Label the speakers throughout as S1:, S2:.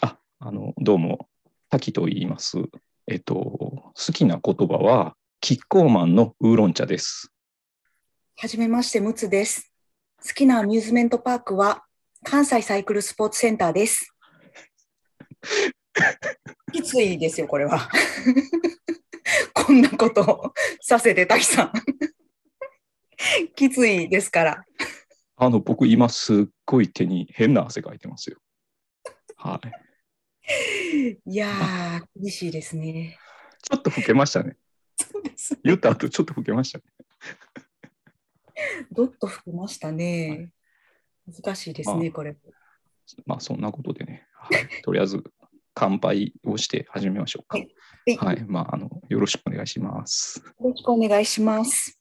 S1: あの、どうも、滝と言います。えっと、好きな言葉は、キッコーマンのウーロン茶です。
S2: はじめまして、ムツです。好きなアミューズメントパークは、関西サイクルスポーツセンターです。 きついですよ、これは。 こんなことをさせて、滝さん。 きついですから。
S1: あの、僕、今、すっごい手に変な汗かいてますよ。はい。
S2: いやー、厳しいですね。
S1: ちょっと老けましたね。
S2: そうです
S1: 言った後、ちょっと老けましたね。
S2: どっと吹きましたね。難しいですね、これ。
S1: まあ、そんなことでね、はい、とりあえず、乾杯をして始めましょうか。
S2: はい
S1: はい。まあ、あの、よろしくお願いします。
S2: よろしくお願いします。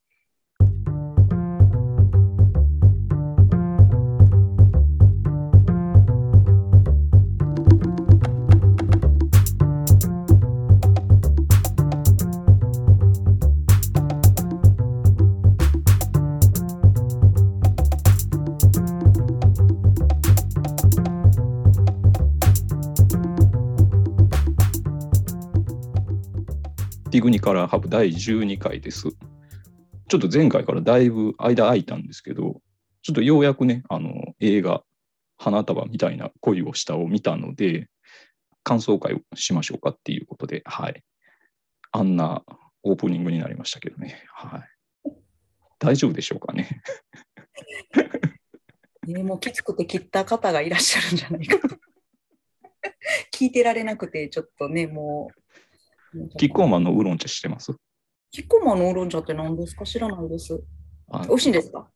S1: ティグニカラーハブ第12回です。ちょっと前回からだいぶ間空いたんですけど、ちょっとようやくね、あの映画、花束みたいな恋をしたを見たので、感想会をしましょうかっていうことで、はい。あんなオープニングになりましたけどね。はい。大丈夫でしょうかね。
S2: ね、もうきつくて切った方がいらっしゃるんじゃないかと。 聞いてられなくて、ちょっとね、もう。
S1: キッコーマンのウーロン茶してます
S2: キッコーマンのウーロン茶って何ですか知らないです。
S1: あ
S2: 美味しいんですか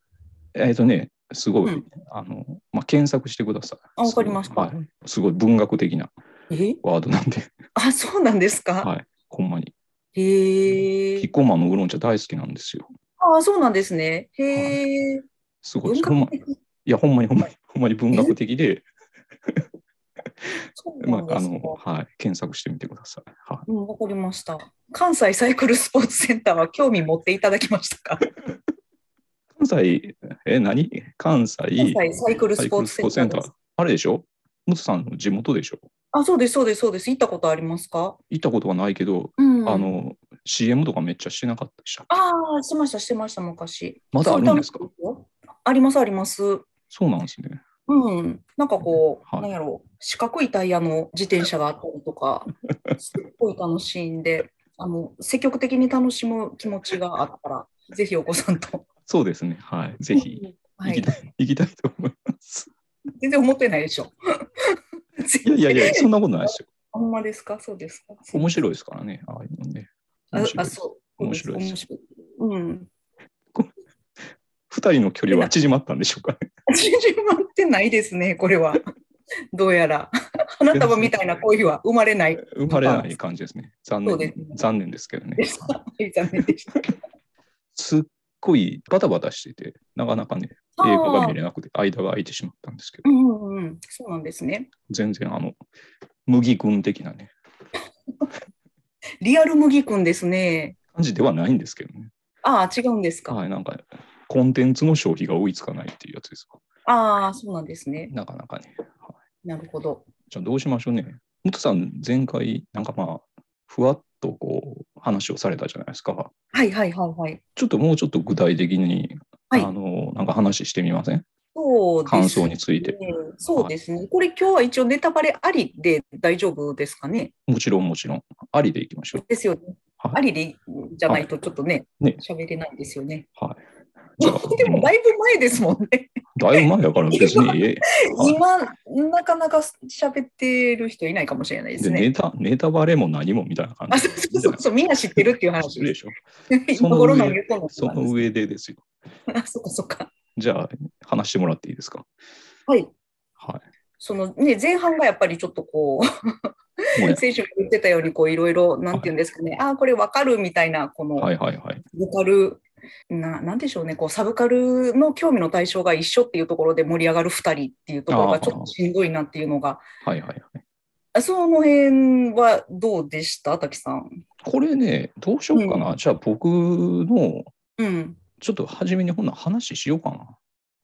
S1: えっ、とね、すごい、
S2: うん
S1: あの、まあ、検索してください。
S2: あわかりました
S1: はい。すごい文学的な
S2: え
S1: ワードなんで、
S2: あ、そうなんですか、
S1: はい。ほんまに。
S2: へ
S1: キ
S2: え
S1: ッ。コーマンのウーロン茶大好きなんですよ。
S2: あ、そうなんですね。へえ。
S1: すごい。ほ
S2: 文
S1: んま
S2: 化
S1: い
S2: 的
S1: や、ほんまにほんまに、 ほんまに文学的で、
S2: そう
S1: ま
S2: なん
S1: あ、
S2: で
S1: あ
S2: すか
S1: の、はい、検索してみてください。は
S2: うん、わかりました。関西サイクルスポーツセンターは興味持っていただきましたか
S1: い、関西、え、何関西
S2: 関西サイクルスポーツセンターです。
S1: あれでしょムツさんの地元でしょ
S2: あ、そうです、そうです、そうです。行ったことありますか
S1: 行ったことはないけど、
S2: うん。
S1: あの、CM とかめっちゃしてなかったでしょ
S2: ああ、してました、してました、昔。
S1: まだあるんですか
S2: そう楽しいですよあります、あります。
S1: そうなんですね。
S2: うん、なんかこう、
S1: はい
S2: なんやろう、四角いタイヤの自転車があったり とか、すっごい楽しいんで、あの積極的に楽しむ気持ちがあったら、ぜひお子さんと。
S1: そうですね。はい。ぜひ、
S2: は
S1: 行き
S2: い、
S1: たい、 行きたいと思います。
S2: 全然思ってないでしょ。
S1: いやいやいや、そんなことないですよ。
S2: ほんまですかそうですか
S1: 面白い
S2: い。
S1: ですからね。ああいうのね。
S2: あ
S1: 面白
S2: あ
S1: いです。
S2: そう
S1: 面白いです
S2: 面白い。うん。
S1: 二人の距離は縮まったんでしょうかね。
S2: 縮まってないですね、これは。どうやら。花束みたいな恋は生まれない。
S1: 生まれない感じですね。残
S2: そう
S1: 念
S2: ですね
S1: 残念ですけどね。
S2: 残念でした
S1: すっごいバタバタしてて、なかなかね、映画が見れなくて、間が空いてしまったんですけ
S2: う
S1: ど、
S2: んうんうん、そうなんですね。
S1: 全然あの、麦軍的なね、
S2: リアル麦くんですね。
S1: 感じではないんですけどね。
S2: ああ、違うんですか。
S1: はい、なんか、コンテンツの消費が追いつかないっていうやつですか。
S2: ああ、そうなんですね。
S1: なかなかね。は
S2: なるほど。
S1: い、じゃあ、どうしましょうね。ムトさん、前回、なんかまあ、ふわっとこう、話をされたじゃないですか。
S2: はいはいはいはい。
S1: ちょっともうちょっと具体的に、
S2: はい
S1: あの、なんか話してみません
S2: そうですね
S1: 感想について。
S2: そうですね。これ今日は一応ネタバレありで大丈夫ですかね。
S1: もちろん、もちろん。ありでいきましょう。
S2: ですよね。
S1: はい
S2: ありでじゃないとちょっとね、
S1: はいね
S2: 喋、れないんですよね。
S1: じゃあ
S2: で もだいぶ前ですもんね。
S1: だいぶ前だから別にえはい
S2: 今、なかなか喋ってる人いないかもしれない
S1: え、
S2: です
S1: で
S2: ね。
S1: ネタネタバレも何もみたいな感
S2: あ
S1: じ
S2: そうそうそうそう、みんな知ってるっていう
S1: す
S2: 話
S1: る
S2: で。
S1: ですしょ。そ
S2: 今
S1: の
S2: 頃の
S1: 上
S2: 言うとの
S1: その上でですよ。
S2: あ、そっかそっか。
S1: じゃあ話してもらっていいですか。
S2: はい。
S1: は
S2: そのね、前半がやっぱりちょっとこ
S1: い。もう
S2: う、選手が言ってたように、こういろいろ、なんていうんですかね、ああ、これわかるみたいな、この
S1: は
S2: サ
S1: いはいはい。
S2: ブカル、ななんでしょうね、こうサブカルの興味の対象が一緒っていうところで盛り上がる2人っていうところ
S1: あー
S2: がちょっとしんどいなっていうのが、
S1: はいはいはい。
S2: あその辺はどうでした、滝さん。
S1: これね、どうしようかな。じゃあ僕の、
S2: うん、
S1: ちょっと初めにほんなら話しようかな。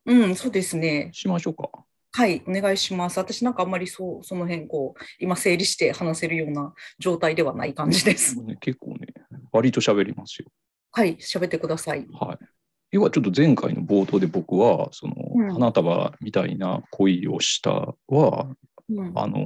S2: うん、そうですね。
S1: しましょうか。
S2: はい、お願いします。私なんかあんまりそうその辺こう今整理して話せるような状態ではない感じです。
S1: ね、結構ね、割と喋りますよ。
S2: はい、喋ってください。
S1: はい。要はちょっと前回の冒頭で僕は、その、
S2: うん
S1: 花束みたいな恋をしたは、
S2: うん、
S1: あの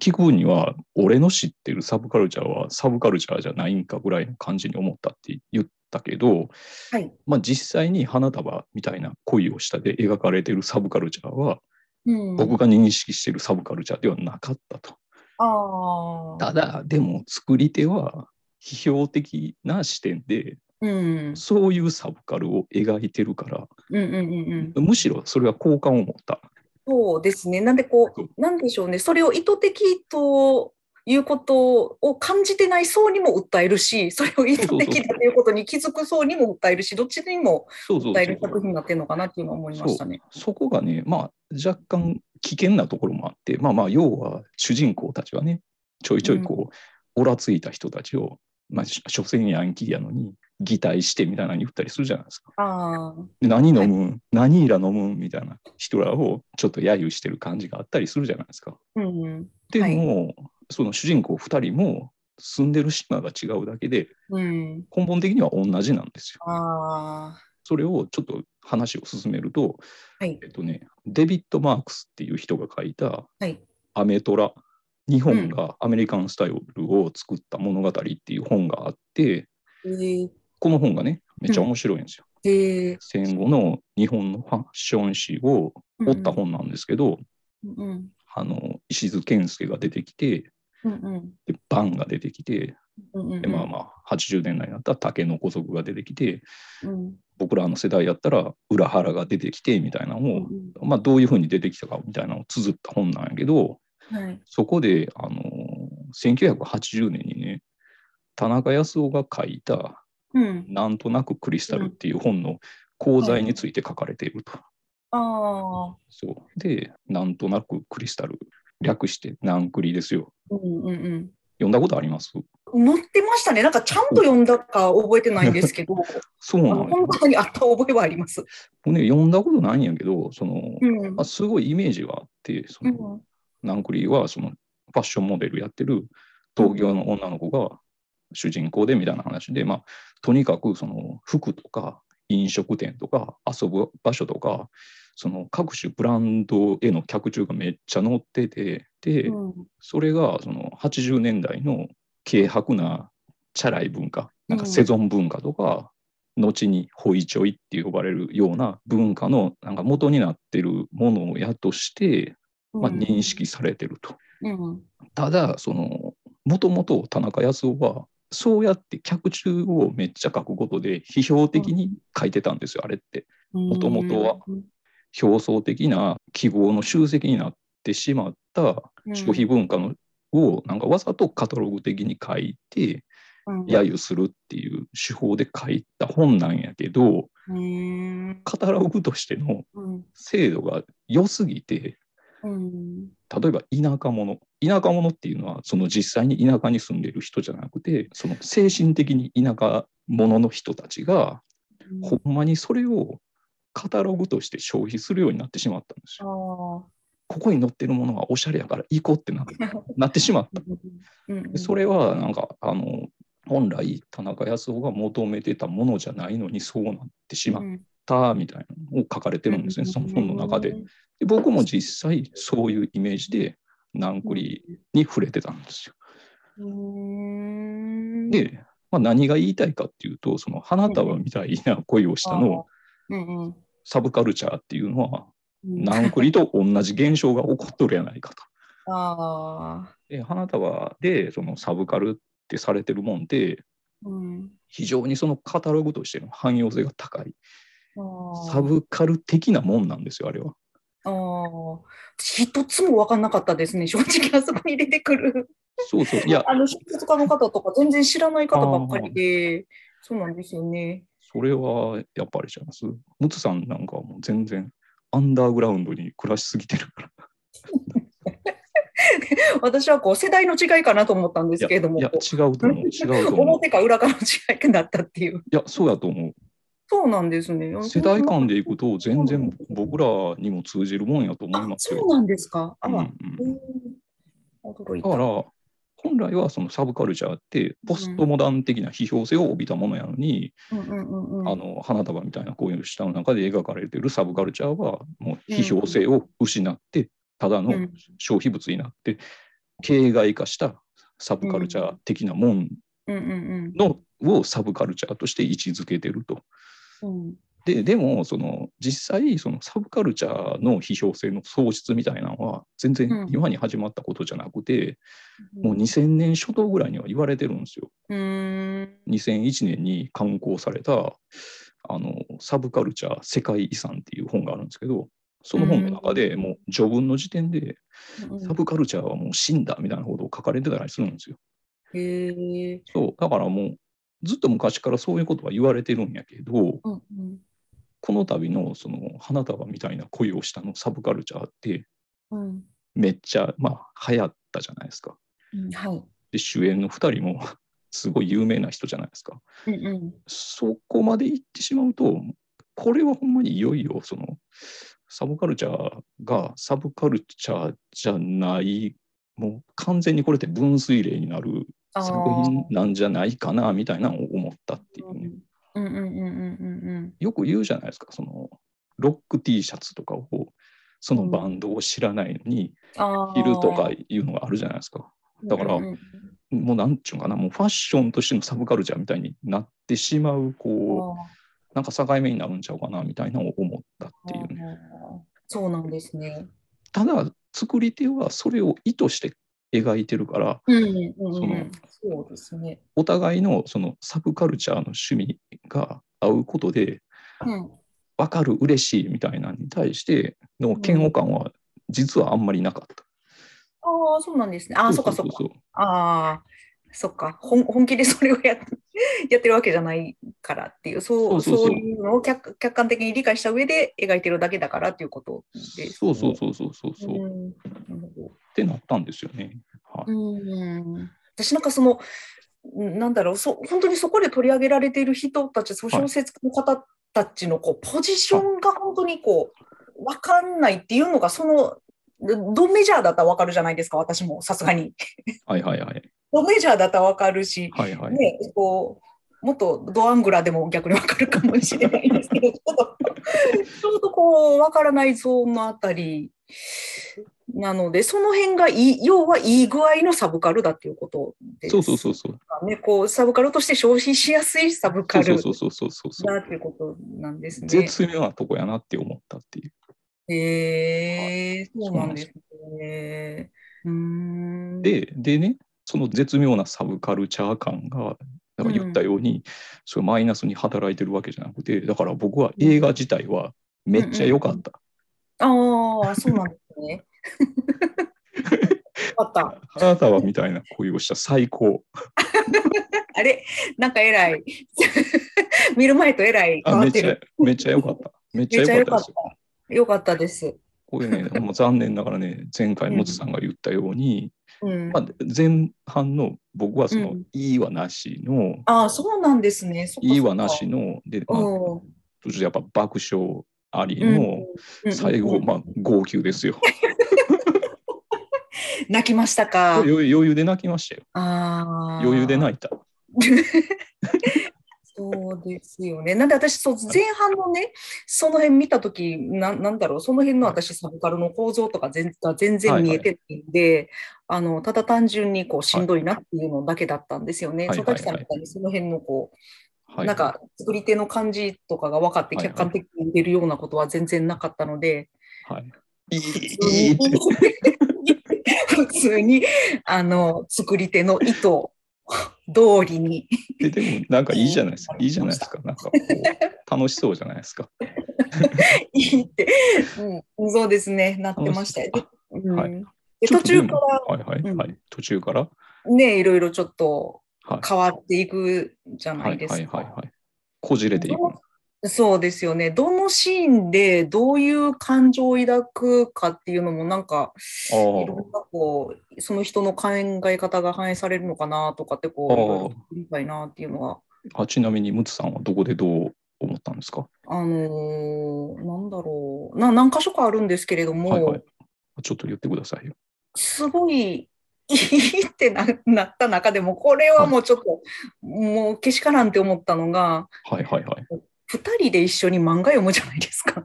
S1: 聞く分には俺の知ってるサブカルチャーはサブカルチャーじゃないんかぐらいの感じに思ったって言ったけど、
S2: はい、
S1: まあ、実際に花束みたいな恋をしたで描かれてるサブカルチャーは
S2: うん、
S1: 僕が認識してるサブカルチャーではなかったと。
S2: ああ、
S1: ただでも作り手は批評的な視点で
S2: うん、
S1: そういうサブカルを描いてるから
S2: うんうんうんうん。
S1: むしろそれは好感を持った。
S2: そうですね。なんでこ
S1: そう
S2: う、なんでしょうね。それを意図的ということを感じてない層にも訴えるし、それを意図
S1: そうそうそ
S2: 的
S1: う
S2: だということに気づく層にも訴えるし、どっちにも
S1: そうそう
S2: 訴
S1: そ
S2: える作
S1: う
S2: 品になってるのかなっていうのは思いましたね。
S1: そこがね、まあ、若干危険なところもあって、まあまあ、要は主人公たちはね、ちょいちょいこう、おらついた人たちを、まあ、し所詮ヤンキーやのに、擬態してみたいなのに言ったりするじゃないですか。
S2: ああ、
S1: で何飲むん、何いら飲むんみたいな人らをちょっと揶揄してる感じがあったりするじゃないですか。
S2: うんうん、
S1: でも、その主人公2人も住んでる島が違うだけで、
S2: うん、
S1: 根本的には同じなんですよ。
S2: ああ、
S1: それをちょっと話を進めると、
S2: はい
S1: えっとね、デビッド・マークスっていう人が書いた
S2: はい、
S1: アメトラ日本がアメリカンスタイルを作った物語っていう本があって、
S2: えー、
S1: この本がねめっちゃ面白いんですよ、
S2: えー、
S1: 戦後の日本のファッション誌を
S2: うんう
S1: 折
S2: ん
S1: った本なんですけど、
S2: うん
S1: あの石津健介が出てきて
S2: うんうん
S1: でバンが出てきて
S2: うんうん
S1: でまあまあ80年代になったら竹の子族が出てきて
S2: うん
S1: 僕らの世代やったら裏腹が出てきてみたいなの
S2: う
S1: を、
S2: ん
S1: まあ、どういうふうに出てきたかみたいなのを綴った本なんやけど、
S2: はい
S1: そこで、あの1980年にね、田中康夫が書いた、
S2: うん
S1: なんとなくクリスタルっていう本の講座について書かれていると。
S2: ああ
S1: そうで、なんとなくクリスタル、略して、なんクリですよ。
S2: うんうんうん
S1: 読んだことあります
S2: 載ってましたね。なんかちゃんと読んだか覚えてないんですけど、
S1: そう
S2: あ
S1: な
S2: の
S1: の
S2: 本
S1: よ。
S2: 当にあった覚えはあります。
S1: 僕ね、読んだことないんやけど、その、
S2: うん
S1: まあ、すごいイメージがあって、そ
S2: うん
S1: の、ナンクリは、その、ファッションモデルやってる東京の女の子が主人公でみたいな話で、まあ、とにかくその服とか飲食店とか遊ぶ場所とかその各種ブランドへの客中がめっちゃ載っててで
S2: うん
S1: それがその80年代の軽薄なチャラい文化なんかセゾン文化とか、後にホイチョイって呼ばれるような文化のなんか元になってるものやとして、まあ、認識されてると。
S2: うん
S1: ただそのもともと田中康夫はそうやって客中をめっちゃ書くことで批評的に書いてたんですよ、あれって
S2: も
S1: 元々は表層的な記号の集積になってしまった消費文化の、をなんかわざとカタログ的に書いて揶揄するっていう手法で書いた本なんやけど
S2: うん
S1: カタログとしての
S2: うん
S1: 精度が良すぎて
S2: うん
S1: 例えば田舎者田舎者っていうのはその実際に田舎に住んでる人じゃなくてその精神的に田舎者の人たちがほんまにそれをカタログとして消費するようになってしまったんです
S2: あ
S1: よ。
S2: ー
S1: ここに載ってるものはおしゃれやから行こうってな なってしまった。
S2: うんうん
S1: でそれはなんかあの本来田中康夫が求めてたものじゃないのにそうなってしまっ
S2: うん
S1: たみたいなのを書かれてるんですね、その本の中で。で僕も実際そういうイメージで何クリに触れてたんですよ。
S2: うん
S1: で、まあ、何が言いたいかっていうとその花束みたいな恋をしたの
S2: うんうん
S1: サブカルチャーっていうのは
S2: うん
S1: 何クリと同じ現象が起こっとるやない かと。
S2: あ
S1: で花束でそのサブカルってされてるもんで
S2: ーうん
S1: 非常にそのカタログとしての汎用性が高い
S2: あー
S1: サブカル的なもんなんですよあれは。
S2: ああ、一つも分かんなかったですね、正直、あそこに出てくる。
S1: そう そういや
S2: あの、小説家の方とか、全然知らない方ばっかりで、そうなんですよね。
S1: それはやっぱりじゃいます。ムツさんなんかはもう全然アンダーグラウンドに暮らしすぎてるから。
S2: 私はこう、世代の違いかなと思ったんで
S1: い
S2: す
S1: や
S2: けれども
S1: いや、違うと思う違うと思う。
S2: 表か裏かの違いになったっていう。
S1: いや、そうやと思う。
S2: そうなんですね。
S1: 世代間でいくと全然僕らにも通じるもんやと思い
S2: あ、
S1: ます
S2: そ
S1: よ
S2: う。なんですか。あ、
S1: うんう
S2: うんん驚い
S1: だか
S2: た。
S1: ら本来はそのサブカルチャーってポストモダン的な批評性を帯びたものやのに、
S2: うんうんうんうん。
S1: あの花束みたいなこういう下の中で描かれてるサブカルチャーはもう批評性を失って、ただ
S2: う
S1: の
S2: ん、
S1: 消費物になって形骸化したサブカルチャー的なもん
S2: うんうん
S1: のをサブカルチャーとして位置づけてると。
S2: うんうん。
S1: ででもその実際そのサブカルチャーの批評性の喪失みたいなのは全
S2: う
S1: 然
S2: ん
S1: 今に始まったことじゃなくて、もう2000年初頭ぐらいには言われてるんですよ。
S2: うーん。
S1: 2001年に刊行されたあの「サブカルチャー世界遺産」っていう本があるんですけどその本の中でもう序文の時点でサブカルチャーはもう死んだみたいなことを書かれてたりするんですよ。
S2: へえ。
S1: そうだからもうずっと昔からそういうことは言われてるんやけど
S2: うんうん
S1: この度のその花束みたいな恋をしたのサブカルチャーって
S2: うん
S1: めっちゃまあ流行ったじゃないですか。
S2: うん。はい。
S1: で主演の2人も すごい有名な人じゃないですか。
S2: うんうん。
S1: そこまで行ってしまうと、これはほんまにいよいよそのサブカルチャーがサブカルチャーじゃない、もう完全にこれって分水嶺になる
S2: あー
S1: 作品なんじゃないかなみたいなのを思ったっていうね、
S2: うんうんうんうんうんうん。
S1: よく言うじゃないですか、そのロック T シャツとかを、そのバンドを知らないのに
S2: あ
S1: 着るとかいうのがあるじゃないですか。
S2: ー
S1: だから
S2: うんうん
S1: もうなんちゅうのかな、もうファッションとしてのサブカルチャーみたいになってしまう、こう。
S2: あー
S1: なんか境目になるんちゃうかなみたいなのを思ったっていうね。
S2: あーそうなんですね。
S1: ただ作り手はそれを意図して描いてるから
S2: うんうんう
S1: そ
S2: んう
S1: の
S2: ん。そうですね。
S1: お互いのそのサブカルチャーの趣味が合うことで
S2: うん。
S1: 分かる嬉しいみたいなのに対しての嫌悪感は実はあんまりなかった。
S2: ああ、そうなんですね。ああ、そっかそっか。
S1: うう
S2: ああ、そっか。本本気でそれをやっ やってるわけじゃないからっていう、そう
S1: そうそうそう
S2: そういうのを客客観的に理解した上で描いてるだけだからっていうことです、ね。
S1: そうそうそうそうそうそう、
S2: う
S1: っ
S2: んなるほど
S1: てなったんですよね。はい
S2: うん私なんかその、うんなんだろうそ、本当にそこで取り上げられている人たち、その
S1: はい
S2: 小説家の方たちのこうポジションが本当にこう、わかんないっていうのが、その、ドメジャーだったらわかるじゃないですか、私も、さすがに。
S1: はいはいはい
S2: ドメジャーだったらわかるし、
S1: はいはい。
S2: ね、こう、もっとドアングラでも逆にわかるかもしれないで すけど、ちょっとちょっとこう、わからないゾーンのあたりなので、その辺がいい、要はいい具合のサブカルだっていうことです
S1: そうそうそうそう。
S2: かね。こう、サブカルとして消費しやすいサブ
S1: そ
S2: カ
S1: うそ
S2: ル
S1: うそうそうそうそう
S2: だっていうことなんですね。
S1: 絶妙なとこやなって思ったっていう。
S2: へえそうなんですね。うーん、
S1: ででねその絶妙なサブカルチャー感がだから言ったように、それマイナスに働いてるわけじゃなくてだから僕は映画自体はめっちゃ良かった、
S2: ああ、そうなんで すね。よかった。
S1: あなたはみたいな恋をした最高
S2: あれなんか偉い。 見る前と偉い変
S1: あ
S2: わ
S1: め
S2: っ
S1: っち
S2: て
S1: ゃ
S2: る。
S1: めっちゃ良かっためっち
S2: め
S1: ゃ
S2: っちゃ
S1: 良
S2: 良
S1: か
S2: か
S1: っ
S2: った
S1: ですよ
S2: た。よ
S1: こ
S2: かったです。
S1: れねほんま残念ながらね前回ムツさんが言ったように、
S2: うん。
S1: まあ、前半の僕はその
S2: う
S1: 「
S2: ん
S1: いいはなしの」
S2: ああ、そうなんですね。そっかそっか
S1: いいはなし。の」で、まあ、
S2: うん
S1: 途中でやっぱ爆笑あり
S2: うん
S1: の最後、
S2: うん
S1: まあ号泣ですよ。
S2: 泣きましたか。
S1: 余裕余裕で泣きましたよ。
S2: ああ。
S1: 余裕で
S2: い。
S1: 泣いた。
S2: そうですよね。なんで私、そう前半のね、その辺見たとき、なんなんだろう、その辺の私、サブカルの構造とか全が全然見えてないんで、あのただ単純にこうしんどいなっていうのだけだったんですよね。
S1: はい
S2: 佐々木さんみたいにその辺のこう、
S1: はい、
S2: なんか作り手の感じとかが分かって
S1: はいはい
S2: 客観的に出るようなことは全然なかったので、
S1: はい。いい
S2: 普通に
S1: いいって
S2: 普通にあの作り手の意図通りに。
S1: ででもなんかいいじゃないですか。いいじゃないですか。なんかこう楽しそうじゃないですか。
S2: いいって、うん、そうですね、なってましたよ
S1: 楽し
S2: うん
S1: はい
S2: で
S1: ちょっとで
S2: 途中
S1: も
S2: か
S1: はいはい
S2: うん
S1: はい。途中から。
S2: らね、いろいろちょっと
S1: は
S2: 変わっていくじゃ
S1: い。
S2: な
S1: はいい
S2: で
S1: は
S2: す
S1: いはい
S2: か。
S1: はい。こじれていく。
S2: そうですよね。どのシーンでどういう感情を抱くかっていうのもなんか、
S1: あ
S2: いろんなこうその人の考え方が反映されるのかなとかってこう
S1: あー
S2: いろいろ知りたいなっていうのは
S1: あ。あちなみにムツさんはどこでどう思ったんですか
S2: あのーなんだろうな何箇所かあるんですけれども、
S1: はいはい。ちょっと言ってくださいよ。
S2: すごいいいってななった中でもこれはもうちょっと、もうけしからんって思ったのが
S1: はいはい はい。
S2: 2人で一緒に漫画読むじゃないですか。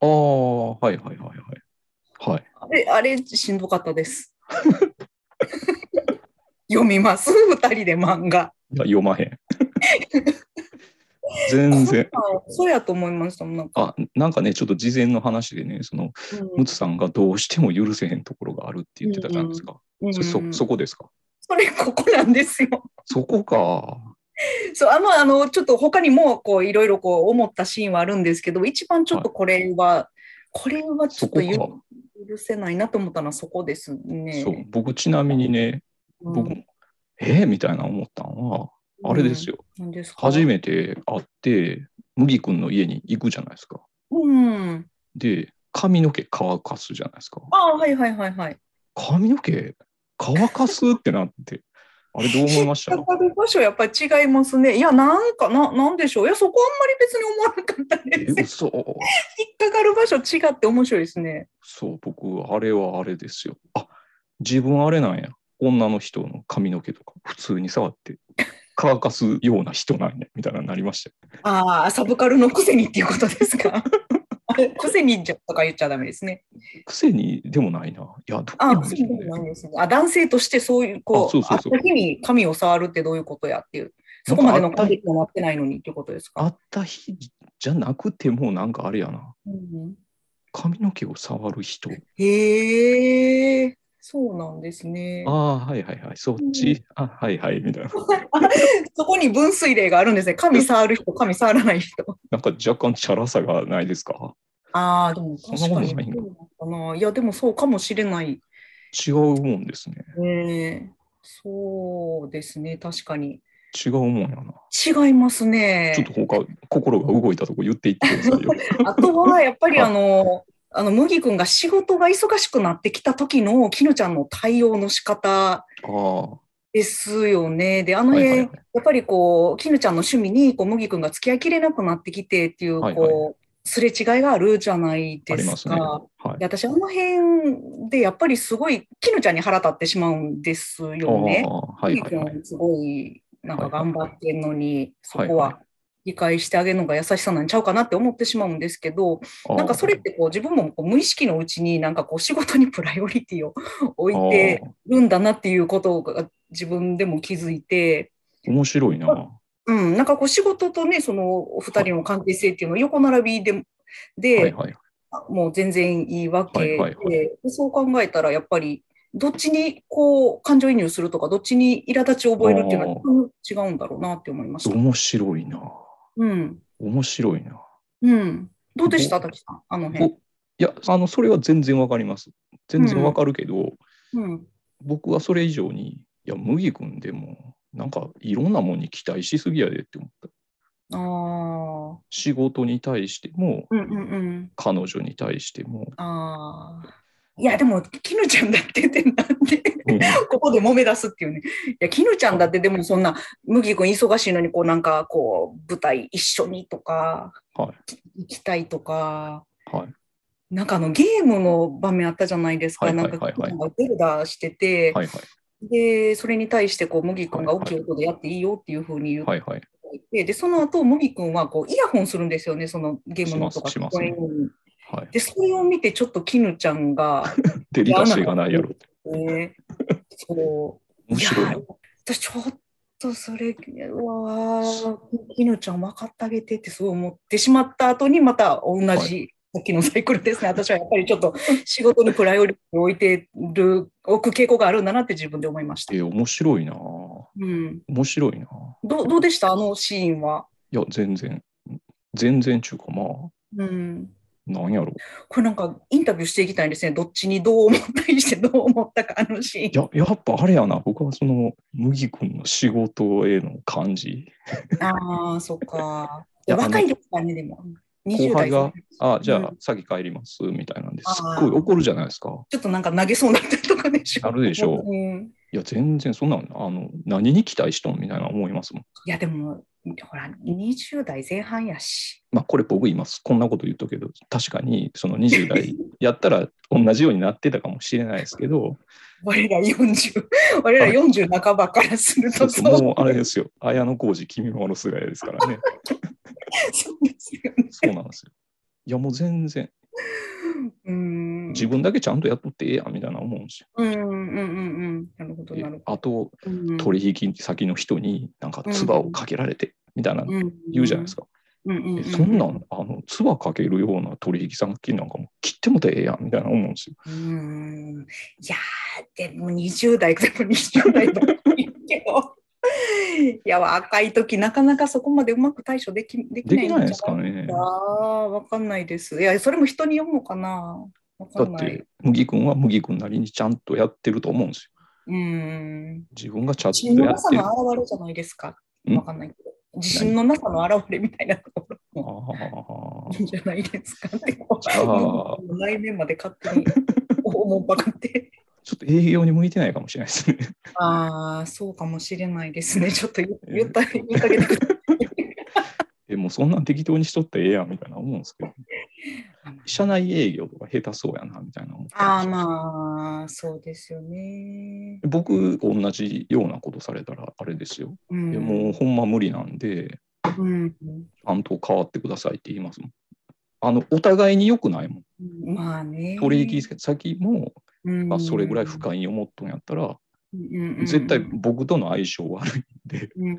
S1: ああ、はいはいはいはい。はい。
S2: あれあれしんどかったです。 読みます2人で漫画。
S1: いや、読まへん。 全然。
S2: こんなんそうやと思いましたもんなんか、
S1: あなんかね、ちょっと事前の話でね、その、
S2: うん
S1: ムツさんがどうしても許せへんところがあるって言ってたじゃないですか。そ
S2: う
S1: そ
S2: ん
S1: そこですか。
S2: それここなんですよ。
S1: そこか。
S2: そうあまああのちょっと他にもこういろいろこう思ったシーンはあるんですけど一番ちょっとこれは、これはちょ
S1: そ
S2: っと
S1: こ
S2: ゆ
S1: か。
S2: 許せないなと思ったのはそこですね。
S1: そう僕、ちなみにね、
S2: うん
S1: 僕も、えーみたいな思ったのは、あれです
S2: よ。
S1: よ。
S2: 何ですか
S1: 初めて会って、麦君の家に行くじゃないですか。
S2: うん。
S1: で、髪の毛乾かすじゃないですか。
S2: ああはいはいはいはい。
S1: 髪の毛乾かすってなって、あれどう思いました
S2: やっぱり場所やっぱり違いますね。いやなんかななんでしょういやそこあんまり別に思わなかった
S1: え
S2: ですね。
S1: 嘘
S2: 引っかかる場所違って面白いですね。
S1: そう、僕、あれはあれですよ。あ自分あれなんや。女の人の髪の毛とか、普通に触って、乾かすような人なんや、みたいなのになりましたよ。
S2: ああサブカルのくせにっていうことですか。 あれくせにじゃとか言っちゃダメですね。
S1: くせにでもないな。いや、どう
S2: あ
S1: なん
S2: そ
S1: で
S2: う
S1: し
S2: で
S1: ょう
S2: も
S1: ね
S2: ないんですね。あ、男性としてそういう、こ
S1: あ
S2: う、
S1: そうそうそう
S2: あった日に髪を触るってどういうことやっていう、そこまでの感じにもなってないのにっていうことです
S1: 会
S2: か。
S1: った日じゃなくても、なんかあれやな。
S2: うん
S1: 髪の毛を触る人。
S2: へえ、そうなんですね
S1: あ。あ、はいはいはい。そっち。あはいはい。みたいな。
S2: そこに分水嶺があるんですね。髪触る人、髪触らない人。
S1: なんか若干チャラさがないですか
S2: ああ、でも
S1: そん
S2: 確
S1: なこ
S2: かに
S1: とないんだ
S2: そうなのかな。いや、でもそうかもしれない。
S1: 違うもんですね。
S2: ねそうですね、確かに。
S1: 違うもんやな。
S2: 違いますね。
S1: ちょっと他、心が動いたとこ言っていってください よ。
S2: あとはやっ ぱり
S1: はい
S2: あの、あの麦君が仕事が忙しくなってきた時のきぬちゃんの対応の仕方
S1: あ
S2: ですよね。で、あ
S1: あ、
S2: の
S1: はい
S2: 辺、
S1: はいはい。
S2: やっぱりこう、きぬちゃんの趣味にこう麦君が付き合いきれなくなってきてっていう、
S1: はいはい
S2: こう、すれ違いがあるじゃない
S1: あ
S2: で
S1: りますすね。
S2: か。
S1: はい
S2: で。私、あの辺でやっぱりすごい、きぬちゃんに腹立ってしまうんです
S1: ああ
S2: よね。
S1: はい
S2: 麦
S1: はいはい。
S2: 君、すごい、なんか頑張ってんのに、そ
S1: はい
S2: こは理解してあげるのが優しさなんちゃうかなって思ってしまうんですけど、なんかそれってこう自分もこう無意識のうちになんかこう仕事にプライオリティを置いて
S1: ああ
S2: るんだなっていうことが自分でも気づいて、
S1: 面白いな。は
S2: うん、なんかこう仕事とねそのお二人の関係性っていうのを横並びでで、
S1: いはい。
S2: もう全然いいわけで、
S1: はいはい
S2: そう考えたらやっぱりどっちにこう感情移入するとかどっちに苛立ちを覚えるっていうの
S1: あ
S2: はうん違うんだろうなって思いました。
S1: 面白いな。
S2: うん
S1: 面白いな。
S2: うん、どうでした滝さんあの辺。
S1: ぼいや、あの、それは全然わかります。全然わかるけど、
S2: うん
S1: 僕はそれ以上に、いや、麦君でも、なんかいろんなもんに期待しすぎやでって思った。
S2: あー
S1: 仕事に対しても、
S2: うんうんうん
S1: 彼女に対して も、
S2: ああ。いや、でも、きぬちゃんだってってなんで、
S1: うん
S2: ここで揉め出すっていうね。いや、きぬちゃんだって、でもそんな、麦君忙しいのに、こう、なんか、こう、舞台一緒にとか、
S1: は
S2: 行きたいとか、
S1: はい。
S2: なんかあの、ゲームの場面あったじゃないですか。
S1: はい
S2: な
S1: はい
S2: ん
S1: はい
S2: か、
S1: はい
S2: なんかゼルダしてて、
S1: はいはい。
S2: で、それに対して、こう、麦君が
S1: はい
S2: 大きい音でやっていいよっていうふうに言って
S1: はいはい。
S2: いて、で、その後、麦君は、こう、イヤホンするんですよね、そのゲームの音が
S1: し
S2: 聞
S1: ま
S2: こ
S1: すします
S2: えるように。
S1: はい、
S2: で、それを見て、ちょっときぬちゃんが、
S1: デリカシーがないやろ。
S2: ね。そ
S1: 面
S2: う。いや
S1: 白いな。、
S2: 私ちょっとそれは、きぬちゃん分かってあげてってすごい思ってしまった後に、また同
S1: は
S2: じ、さっきのサイクルです ね。私はやっぱりちょっと仕事にプライオリティを置いてる、置く傾向があるんだなって自分で思いました
S1: え。ー面白いな。
S2: うん。
S1: 面白いな。
S2: どうどうでしたあのシーンは。
S1: いや、全然。全然ちゅうか、まあ、
S2: うん。
S1: なんやろ。
S2: これなんかインタビューしていきたいですね。どっちにどう思ったりしてどう思ったか、あのシーン
S1: い。や、やっぱあれやな。僕はその、麦君の仕事への感じ。
S2: ああ、そっか。
S1: いや
S2: 若いですからね、でも。
S1: 後
S2: 20
S1: 輩
S2: 代
S1: があ、じゃ
S2: うん
S1: あ、先帰ります、みたいなんで
S2: あ
S1: す
S2: ー
S1: っごい怒るじゃないですか。
S2: ちょっとなんか投げそうになったりとかでしょ。
S1: あるでしょ
S2: うん、い
S1: いや、全然そんなん、あの、何に期待しとんみたいな思いますもん。
S2: や、でも、ほら、20代前半やし。
S1: まあ、これ僕言います。こんなこと言ったけど、確かにその20代 やったら同じようになってたかもしれないですけど、
S2: 我ら40、我 ら40半ばからす る
S1: そ
S2: と
S1: うそうもうあれですよ。綾小路君もの姿ですからね。
S2: そうですよね。
S1: そうなんですよ。いやもう全然
S2: うん。
S1: 自分だけちゃんとやっとってええやんみたいな思うんです
S2: うんうんうんうん。なるほど、なる
S1: よ。
S2: ほ
S1: あと
S2: ど。うん
S1: 取引先の人になんか唾をかけられてみたいなの言うじゃないです
S2: か。
S1: か。
S2: うんうんう
S1: え
S2: ん、
S1: そんなんあの唾かけるような取引先なんかも切ってもてええやんみたいな思うんですよ。
S2: うん。いやー、でも20代、でも20代だといいけど。いや、若い時なかなかそこまでうまく対処できでき
S1: で
S2: ない
S1: きな
S2: ん
S1: い
S2: じゃ
S1: ですかね。
S2: あーわかんないです。いや、それも人に読むのかな。わ
S1: だ
S2: かん
S1: っ
S2: ない
S1: て。麦君は麦君なりにちゃんとやってると思うんですよ。
S2: うん。
S1: 自分がちゃんと
S2: 自信の
S1: や
S2: な
S1: っ
S2: さ
S1: てる。あ
S2: の表れじゃないですか。
S1: ん
S2: わかんないけど。自信のなさの表れみたいなところも
S1: あ
S2: いいんじゃないですかね。
S1: じゃ あ
S2: 来年まで勝手に 思うばかって。
S1: ちょっと営業に向いてないかもしれないですね。
S2: ああ、そうかもしれないですね。ちょっと言言った言いかけてください。
S1: えもうそんなん適当にしとってええやんみたいな思うんですけど、社内営業とか下手そうやなみたいな思って
S2: ああ、まあ、そうですよね。
S1: 僕同じようなことされたらあれですよ。
S2: うん
S1: いやもうほんま無理なんで、
S2: うん、
S1: ちゃんと変わってくださいって言いますもん。あのお互いに良くないもん。
S2: まあね。
S1: 取引先も、
S2: うん、
S1: あそれぐらい不快に思っとんやったら、
S2: うんうんうん
S1: 絶対僕との相性悪いん で、
S2: うん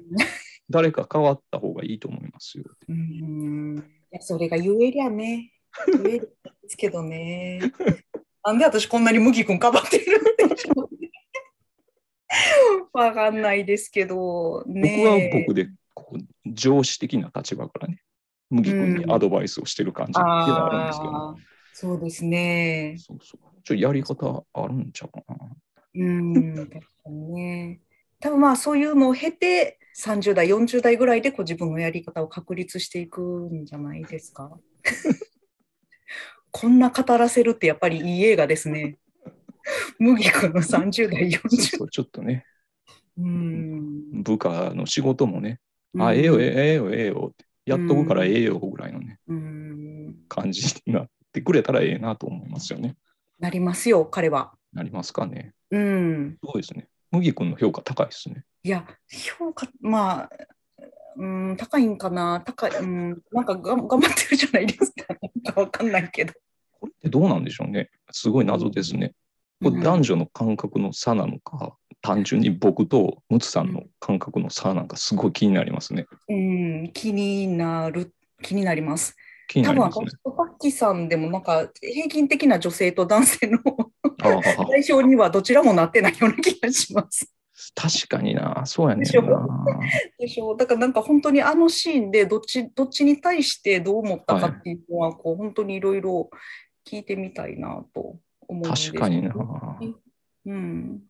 S1: 誰か変わった方がいいと思いますよ。
S2: うんいやそれが言えりゃね。言えるんですけどね。なんで私こんなに麦君かばってるんでしょうね。わかんないですけど、
S1: 僕
S2: ね。
S1: は僕でこう上司的な立場からね、麦君にアドバイスをしてる感じではあるんですけど、
S2: ああ、そうですね。
S1: そうそう。ちょっとやり方あるんちゃうかな。
S2: うん、確かにね。多分まあそういうのを経て30代、40代ぐらいでこう自分のやり方を確立していくんじゃないですか。 こんな語らせるってやっぱりいい映画ですね。麦君の30代、40
S1: そう
S2: 代。
S1: そうちょっとね、
S2: うん。
S1: 部下の仕事もね、あ、ええよ、ええよ、ええよって、やっとくからええよぐらいのね、
S2: うん。
S1: 感じになってくれたらええなと思いますよね。
S2: なりますよ、彼は。
S1: なりますかね。
S2: うん。
S1: すごいですね。麦君の評価高いですね。
S2: いや、評価、まあ、うん、高いんかな、高い、うん、なんかが頑張ってるじゃないですか、なんかわかんないけど。
S1: これってどうなんでしょうね。すごい謎ですね。これ男女の感覚の差なのか、単純に僕とムツさんの感覚の差なんかすごい気になりますね。
S2: うん、うん気になる、気になります。
S1: 気に
S2: 多
S1: なりま
S2: 分、私
S1: すね。
S2: とパッキーさんでも、なんか、平均的な女性と男性の
S1: ああ
S2: 対象にはどちらもなってないような気がします。
S1: 確かにな、そうやね
S2: でしょ
S1: んな。
S2: でしょだから、なんか本当にあのシーンで、どっち、どっちに対してどう思ったかっていうのは、こう、本当にいろいろ聞いてみたいなと思うんです
S1: 確かにな。
S2: うん。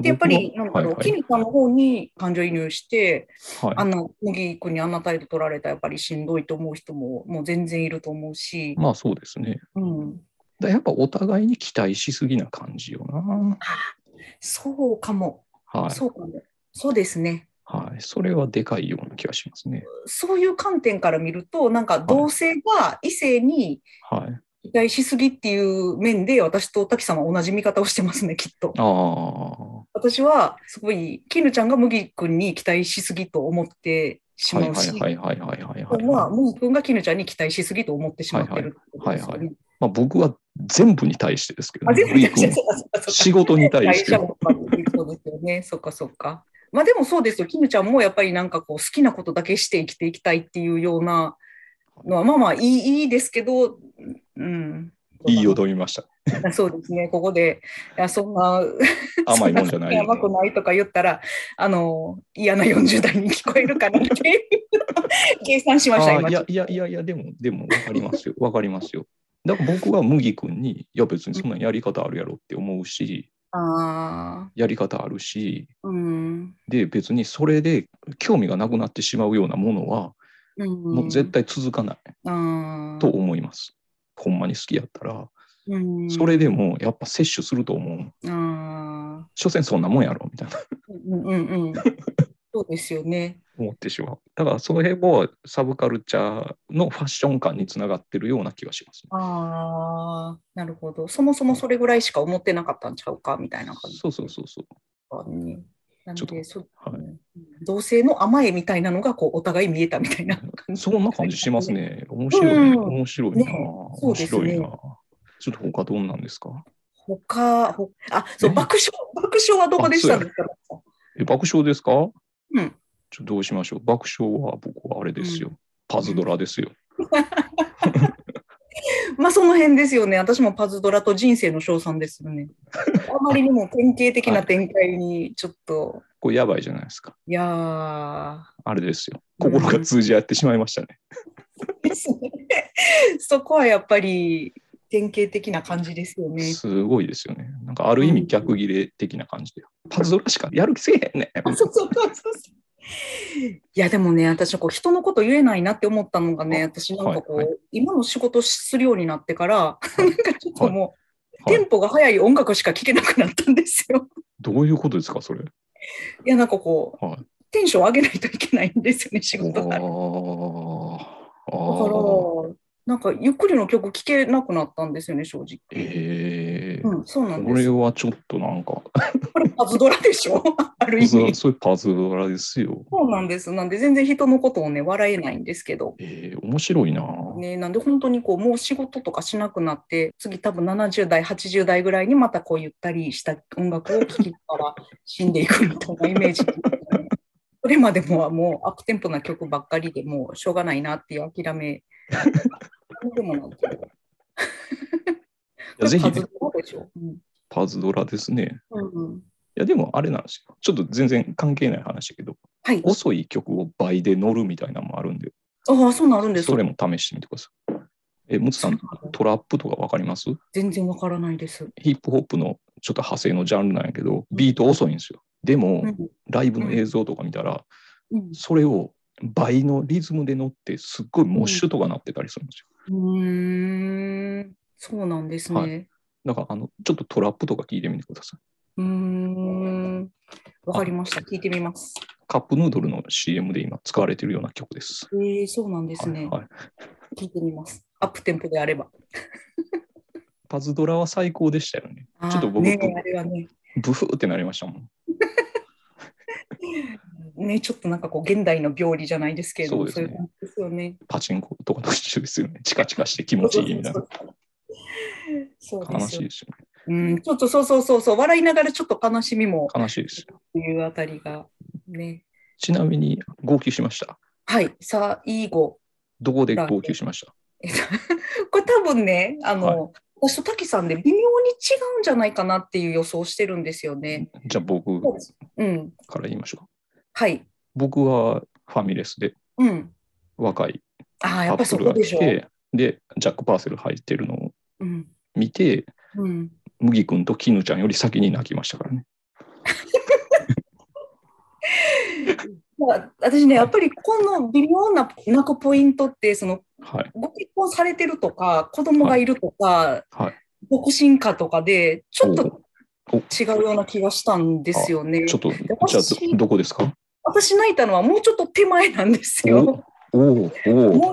S2: でやっぱり、なんだろう、
S1: はい
S2: キ
S1: はい
S2: ミさんの方に感情移入して、
S1: はい
S2: あの、麦君にあんな態度取られたらやっぱりしんどいと思う人も、もう全然いると思うし、
S1: まあそうですね。
S2: うん、
S1: だやっぱお互いに期待しすぎな感じよな。
S2: そうかも、
S1: はい。
S2: そうかも、そうですね。
S1: はい、それはでかいような気がしますね。
S2: そういう観点から見ると、なんか同性が異性に
S1: はい。
S2: 期待しすぎっていう面で、私と滝さんは同じ見方をしてますね、きっと。
S1: ああ。
S2: 私は、すごい、キヌちゃんが麦君に期待しすぎと思ってし
S1: はい
S2: まうし、
S1: はいはいはいはいはい、
S2: こ
S1: はい
S2: れは、ムー君がキヌちゃんに期待しすぎと思ってしまってるってことですよね。
S1: はいはまあ、僕は全部に対してですけど、
S2: あ、
S1: ね、
S2: 全部じゃ
S1: ブイ君仕事に対して。
S2: そうかそうですよね。そっかそっか。まあでもそうですよ。キムちゃんもやっぱりなんかこう好きなことだけして生きていきたいっていうようなのはまあまあいいいいですけど、うん。
S1: いい踊りました。
S2: そうですね。ここで、いやそんな
S1: 甘いもんじゃないよ。
S2: 甘くないとか言ったら、あの、嫌な40代に聞こえるかなっていう 計算しました、
S1: あ
S2: 今。
S1: ーいやいやいやいや、でも、でも分かりますよ。分かりますよ。だから僕は麦君に、いや別にそんなやり方あるやろって思うし、
S2: ああ、
S1: やり方あるし、
S2: うん。
S1: で別にそれで興味がなくなってしまうようなものは、
S2: も
S1: もう絶対続かないと
S2: と、
S1: 思います。ほんまに好きやったら、
S2: うん
S1: それでもやっぱ摂取すると思う。
S2: あー
S1: 所詮そんなもんやろみたいな。
S2: うんうんうん。そうですよね。
S1: 思ってしまう。だからその辺もサブカルチャーのファッション感につながってるような気がしますね。
S2: ああ、なるほど。そもそもそれぐらいしか思ってなかったんちゃうかみたいな感じ
S1: そうそうそうそう。
S2: かね。なん
S1: ちょっと
S2: で、そう
S1: はい
S2: 同性の甘えみたいなのがこうお互い見えたみたいな感じ。
S1: そんな感じします。ね。面白い、ね
S2: うん
S1: 面白いな、
S2: ねそ
S1: 面
S2: うです
S1: 白
S2: ね
S1: いな。ちょっと他どんなんですか
S2: 他、ほあ、そう、
S1: ね
S2: 爆笑、爆笑はどこでしたんですか
S1: え、爆笑ですか
S2: うん。
S1: ちょっとどうしましょう。爆笑は僕はあれですよ。
S2: う
S1: パズドラですよ。
S2: まあその辺ですよね。私もパズドラと人生の称賛ですよね。あまりにも典型的な展開にちょっと、
S1: これやばいじゃないですか。
S2: い、やー。
S1: あれですよ。心が通じ合ってしまいましたね。
S2: ですね。 そこはやっぱり典型的な感じですよね。
S1: すごいですよね。なんかある意味逆切れ的な感じで。パズドラしかやる気せえへんねん。
S2: そうそうそうそう。いやでもね、私こう人のこと言えないなって思ったのがね、
S1: あ
S2: 私なんかこう、
S1: はい
S2: 今の仕事するようになってから、なんかちょっともう、
S1: はい
S2: テンポが速い音楽しか聴けなくなったんですよ。
S1: どういうことですか、それ。
S2: いやなんかこう、
S1: はい
S2: テンション上げないといけないんですよね、仕
S1: あー
S2: 事が。だか
S1: あー。
S2: ら、なんかゆっくりの曲聴けなくなったんですよね、正直。
S1: ええ
S2: うん、そうなん
S1: こ
S2: で
S1: れ
S2: す。
S1: はちょっとなんか、
S2: これパズドラでしょ ある 意
S1: そ
S2: 味
S1: う。そういうパズドラですよ。
S2: そうなんです。なんで全然人のことをね、笑えないんですけど。
S1: ええ面白いな。
S2: ね、なんで本当にこうもう仕事とかしなくなって次多分70代80代ぐらいにまたこうゆったりした音楽を聴きながら死んでいくみたいなイメージ それまでもはもうアップテンポな曲ばっかりでもうしょうがないなっていう諦めでもなんていうか
S1: いやぜひ、
S2: パ
S1: ね、
S2: ズドラでしょうん
S1: パズドラですね。
S2: うんうん
S1: いや、でもあれなんですよ。ちょっと全然関係ない話だけど、
S2: はい
S1: 遅い曲を倍で乗るみたいなのもあるんで、
S2: ああそうなるんです
S1: それも試してみてください。え、ムツさん、トラップとかわかります
S2: 全然わからないです、
S1: ヒップホップのちょっと派生のジャンルなんやけど、ビート遅いんですよ。でも、
S2: うん
S1: ライブの映像とか見たら、
S2: うん
S1: それを倍のリズムで乗って、すっごいモッシュとかなってたりするんですよ。
S2: うーんそうなんですね、
S1: はだから、あの、ちょっとトラップとか聞いてみてください。
S2: うーん。わかりました。聞いてみます。
S1: カップヌードルの CM で今使われてるような曲です。
S2: えー、そうなんですね。
S1: はいはい
S2: 聞いてみます。アップテンポであれば。
S1: パズドラは最高でしたよね。
S2: あー
S1: ちょっと僕
S2: ねあれはね。
S1: ブフーってなりましたもん。
S2: ね、ちょっとなんかこう、現代の病理じゃないですけれども、
S1: そ
S2: そうう,、
S1: ですね
S2: いう感じですよね。
S1: パチンコとかと一緒ですよね。チカチカして気持ちいいみたいな。
S2: そう
S1: 悲
S2: です
S1: しい
S2: よ。
S1: ですよね。
S2: うん、ちょっとそうそうそうそう、笑いながらちょっと悲しみもっ
S1: 悲しいですよ。
S2: ていうあたりが。ね。
S1: ちなみに、号泣しました。
S2: はい、さあ、いいご。
S1: どこで号泣しました
S2: えっとこれ多分ね、あの、私と滝さんで微妙に違うんじゃないかなっていう予想してるんですよね。
S1: じゃあ僕
S2: うん、
S1: から言いましょう。
S2: はい。
S1: 僕はファミレスで
S2: うん。
S1: 若い
S2: ああ、
S1: カ
S2: やっぱ
S1: ッ
S2: そ
S1: プルが
S2: こで
S1: 来
S2: しょ。
S1: て、で、ジャック・パーセル入ってるのを
S2: うん。
S1: 見て、
S2: うん。
S1: 麦君と絹ちゃんより先に泣きましたからね。
S2: まあ、私ね、やっぱりこの微妙な泣くポイントって、その
S1: はい。
S2: ご結婚されてるとか、子供がいるとか、
S1: はい。
S2: 独身家とかで、ちょっと
S1: おお
S2: 違うような気がしたんですよね
S1: ち。ょっと、じゃ
S2: 私
S1: あど、どこですか
S2: 私泣いたのはもうちょっと手前なんですよ。
S1: おおおお
S2: もう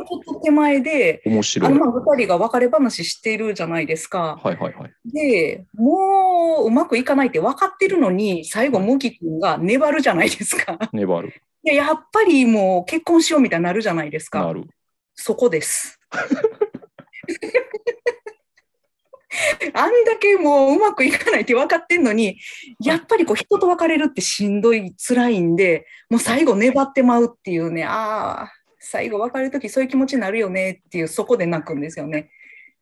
S2: ちょっと手前で、
S1: 面
S2: あ
S1: 白い。
S2: の
S1: は
S2: まあ2人が別れ話してるじゃないですか。
S1: いはいはい。
S2: で、もううまくいかないって分かってるのに、最後、モキ君が粘るじゃないですか。
S1: 粘る。
S2: いや、やっぱりもう結婚しようみたいになるじゃないです
S1: な
S2: か。
S1: る。
S2: そこです。あんだけもううまくいかないって分かってんのに、やっぱりこう人と別れるってしんどい、辛いんで、もう最後粘ってまうっていうね、ああ、最後別れるときそういう気持ちになるよねっていう、そこで泣くんですよね。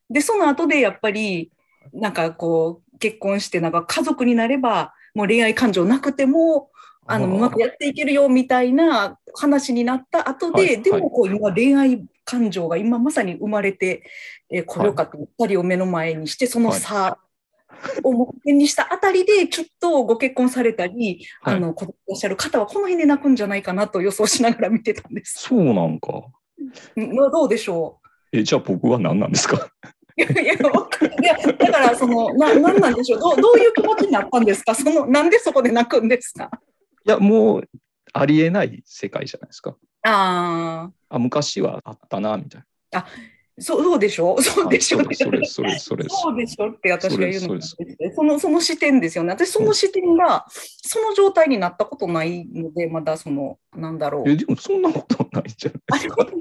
S2: で、その後でやっぱり、なんかこう、結婚して、なんか家族になれば、もう恋愛感情なくても、あの
S1: ー
S2: うまくやっていけるよみたいな話になった後で、
S1: はい
S2: でもこう今恋愛感情が今まさに生まれて、えー、これよかった二人を目の前にしてその差を目標にしたあたりでちょっとご結婚されたり、
S1: はい
S2: あの子供いらっしゃる方はこの辺で泣くんじゃないかなと予想しながら見てたんです。
S1: そうなんか。
S2: うんどうでしょう
S1: え、じゃあ僕は何なんですか
S2: いやいやわかんないいやだからそのななんなんでしょうどうどういう気持ちになったんですかそのなんでそこで泣くんですか
S1: いや、もう、ありえない世界じゃないですか。
S2: あ
S1: あ、昔はあったな、みたい
S2: あ、そうそうでしょそう
S1: な。
S2: でしょ
S1: あそれ、それ、それ、
S2: そうでしょって私が言うの
S1: そう
S2: もなん
S1: です
S2: ですけどそのその視点ですよね。私その視点がその状態になったことないのでまだそのなんだろう。
S1: え、でもそんなことないじゃないですか。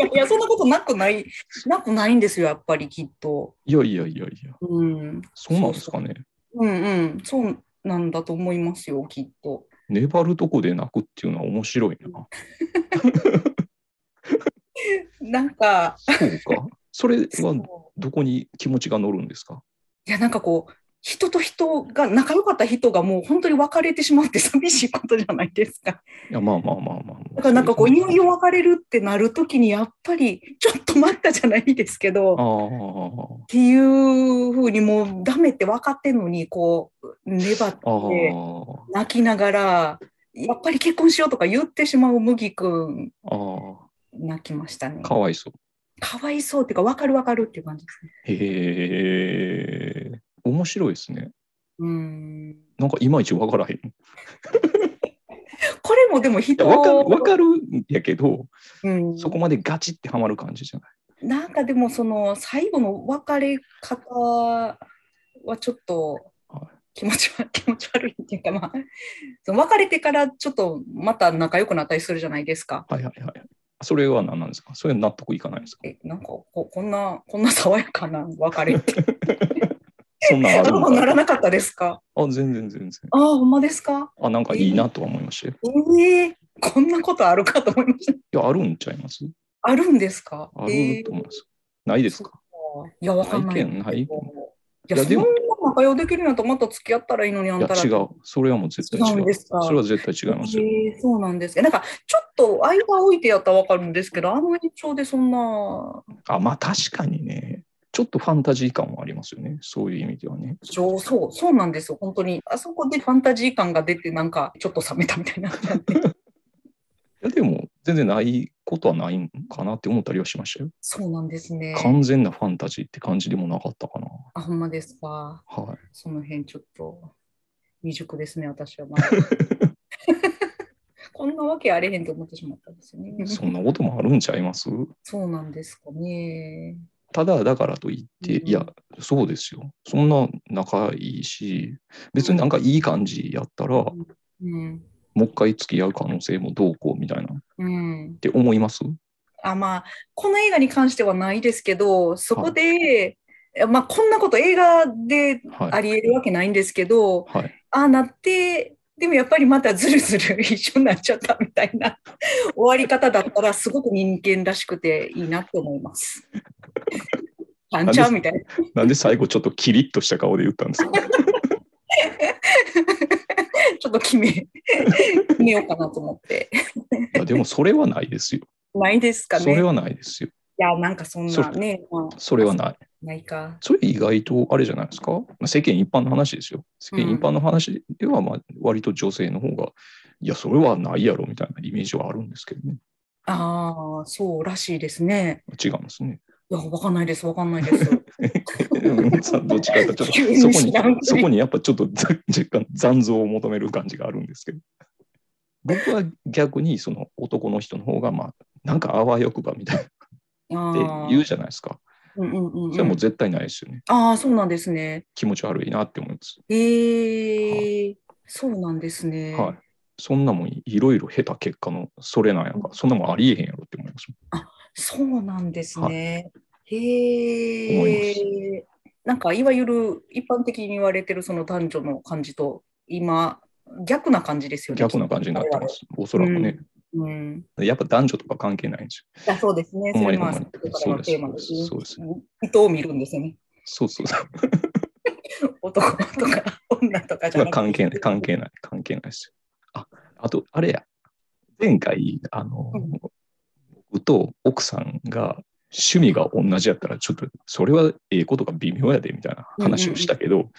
S2: いやいやそんなことなくないなくないんですよやっぱりきっと。
S1: いやいやいやいや、
S2: うん
S1: そうなんですかね。
S2: うんうんそうなんだと思いますよきっと。
S1: 粘るとこで泣くっていうのは面白いな。
S2: なんか
S1: そうか。それ
S2: そう
S1: はどこに気持ちが乗るんですか
S2: いやなんかこう人と人が仲良かった人がもう本当に別れてしまうって寂しいことじゃないですか。
S1: いや、まあまあまあまあまあ。
S2: だからなんかこういよいよ
S1: あ
S2: 別れるってなるときにやっぱりちょっと待ったじゃないですけど。
S1: あー
S2: っていうふうにもうダメって分かってんのにこう粘っ
S1: あ
S2: て
S1: ー
S2: 泣きながらやっぱり結婚しようとか言ってしまう麦くん
S1: あー
S2: 泣きましたね。
S1: か
S2: か
S1: わいそう。
S2: わいそうっていうか分かる分かるっていう感じですね。
S1: へえ、面白いですね。
S2: うーん
S1: なんかいまいちわからへん。い
S2: これもでも人
S1: や、わかる、わかるんやけど、
S2: うん
S1: そこまでガチってはまる感じじゃない。
S2: なんかでもその最後の別れ方はちょっと
S1: はい
S2: 気持ち悪い気持ち悪いっていうかまあその別れてからちょっとまた仲良くなったりするじゃないですか。
S1: はいはいはい。それは何なんですかそれ納得いかないんですか
S2: え、なんかこ、こんな、こんな爽やかな別れって、
S1: そん なんある
S2: どう なら
S1: んだ。
S2: なかったですか
S1: あ、全然全然。
S2: ああ、ほんまですか
S1: あ、なんかいいなとは思いましたよ。
S2: ええこんなことあるかと思いました。
S1: いや、あるんちゃいます
S2: あるんですか
S1: あ
S2: え
S1: ると思います。ないですか
S2: ーいや、わかんな
S1: ない
S2: い。
S1: けんない
S2: い
S1: や
S2: や、
S1: で
S2: そん
S1: も
S2: な仲良できるなとまた付き合ったらいいのに、あ
S1: い
S2: ん
S1: や、
S2: たら。
S1: 違う。それはもう絶対
S2: 違
S1: 違
S2: うん
S1: う。
S2: ですか
S1: それは絶対違いますよ。
S2: えーそうなんですか。なんか、ちょっと間置いてやったらわかるんですけど、あの延長でそんな、
S1: あ、まあ確かにね。ちょっとファンタジー感はありますよね。そういう意味ではね。
S2: そう、そうそうなんですよ、本当に。あそこでファンタジー感が出て、なんか、ちょっと冷めたみた いな。
S1: いや、でも、全然ないことはないんかなって思ったりはしましたよ。
S2: そうなんですね。
S1: 完全なファンタジーって感じでもなかったかな。
S2: あ、ほんまですか。
S1: はい。
S2: その辺ちょっと未熟ですね、私はまだ。 こんなわけあれへんと思ってしまったんですよね。
S1: そんなこともあるんちゃいます
S2: そうなんですかね。
S1: ただだからといって、
S2: うん
S1: いや、そうですよ。そんな仲いいし、別になんかいい感じやったら、も
S2: うん。
S1: う一回付き合う可能性もどうこうみたいなっ
S2: うん、
S1: て思います
S2: あまあこの映画に関してはないですけどそこで、まあ、こんなこと映画で
S1: は
S2: あ
S1: い。
S2: りえるわけないんですけど
S1: はい。
S2: ああなってでもやっぱりまたずるずる一緒になっちゃったみたいな 終わり方だったらすごく人間らしくていいなと思います。パンチャーみたいな。
S1: なんで最後ちょっとキリッとした顔で言ったん ですか
S2: ちょっと 決め、決めようかなと思って。
S1: いや、でもそれはないですよ。
S2: ないですかね。
S1: それ
S2: い
S1: はないですよ。
S2: や、なんかそん
S1: そ
S2: な
S1: れ
S2: ね、まあ
S1: それはない。
S2: ないか。
S1: それ意外とあれじゃないですか、まあ、世間一般の話ですよ。世間一般の話では、まあ割と女性の方が、いや、それはないやろみたいなイメージはあるんですけどね。
S2: ああ、そうらしいですね。
S1: 違うんですね。
S2: いや、わかんないです、わかんな いです。
S1: うんさあどっちかというと、ちょっ
S2: 急
S1: とそ
S2: に
S1: こ
S2: 知
S1: に
S2: らん、
S1: そこにやっぱちょっとざ若干残像を求める感じがあるんですけど。僕は逆にその男の人の方が、まあ、なんかあわよくばみたい
S2: あ
S1: なっ
S2: あ
S1: て言うじゃないですか。
S2: うんうんうんうん
S1: それはもう絶対ないですよね。
S2: ああ、そうなんですね。
S1: 気持ち悪いなって思います。
S2: ええそうなんですね。
S1: はい。そんなもんいろいろ下手結果のそれなんやから、そんなもんありえへんやろって思います。
S2: そうなんです
S1: は
S2: ね。
S1: 思
S2: へえ。なんかいわゆる一般的に言われてるその男女の感じと今逆な感じですよね。
S1: 逆な感じになってま。す。おそらくね。
S2: うん。
S1: やっぱ男女とか関係ないんですよ。
S2: あそうですね。
S1: ほん
S2: そ
S1: まに
S2: れ
S1: ほん
S2: まあ
S1: ま
S2: そ
S1: に
S2: れからのテーマですね
S1: そうですそ
S2: 人を見るんですよね。
S1: そうそうそう。
S2: 男とか女とかじゃなくて
S1: 関係ない、関係ない、関係ないですよ。あ、あと、あれや。前回、あの、
S2: うん
S1: 僕と奥さんが趣味が同じやったら、ちょっとそれはええことが微妙やでみたいな話をしたけど、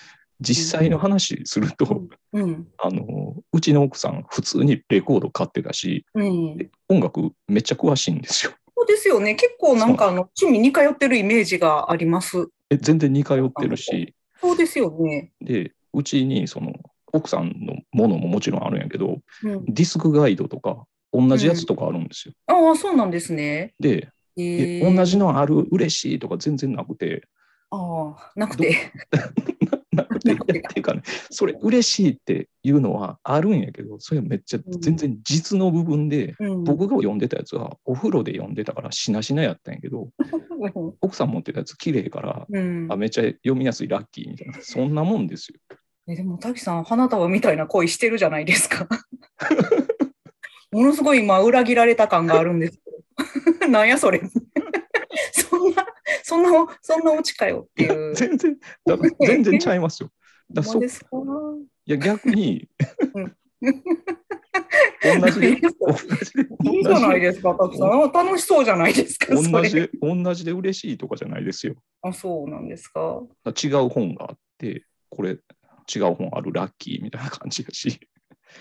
S1: 実際の話すると、
S2: うん
S1: あの、うちの奥さん、普通にレコード買ってたし、
S2: うん。
S1: で音楽めっちゃ詳しいんですよ。
S2: そうですよね。結構なんかあの趣味に通ってるイメージがあります。
S1: え全然似通ってるし、
S2: そうですよね。
S1: で、うちにその奥さんのものももちろんあるんやけど、
S2: うん、
S1: ディスクガイドとか、同じやつとかあるんですよ。
S2: ああ、そうなんですね。
S1: で、
S2: え
S1: え
S2: ー
S1: 同じのある、嬉しいとか全然なくて、
S2: ああ、なくて。
S1: なくて、いやっていうかね、それ嬉しいっていうのはあるんやけど、それめっちゃ全然実の部分で、
S2: うん、
S1: 僕が読んでたやつはお風呂で読んでたからしなしなやったんやけど、奥さん持ってたやつ綺麗から、
S2: うん
S1: あ、めっちゃ読みやすいラッキーみたいな、そんなもんですよ。
S2: えでも滝さん花束みたいな恋してるじゃないですか。 ものすごい今裏切られた感があるんですけど。 なんやそれ。そんなそんなそんなオチかよっていう。
S1: 全然、だから全然ちゃいますよ。だからそ
S2: ほんま
S1: い
S2: ですか。
S1: や逆に、
S2: う
S1: 同じで、同
S2: いいじゃない
S1: じで、
S2: ですか、滝さん。楽しそうじゃないですか。
S1: 同じ
S2: そ
S1: 同
S2: れ
S1: じで、同じで嬉しいとかじゃないですよ。
S2: あ、そうなんですか。
S1: だから違う本があって、これ、違う本あるラッキーみたいな感じやし、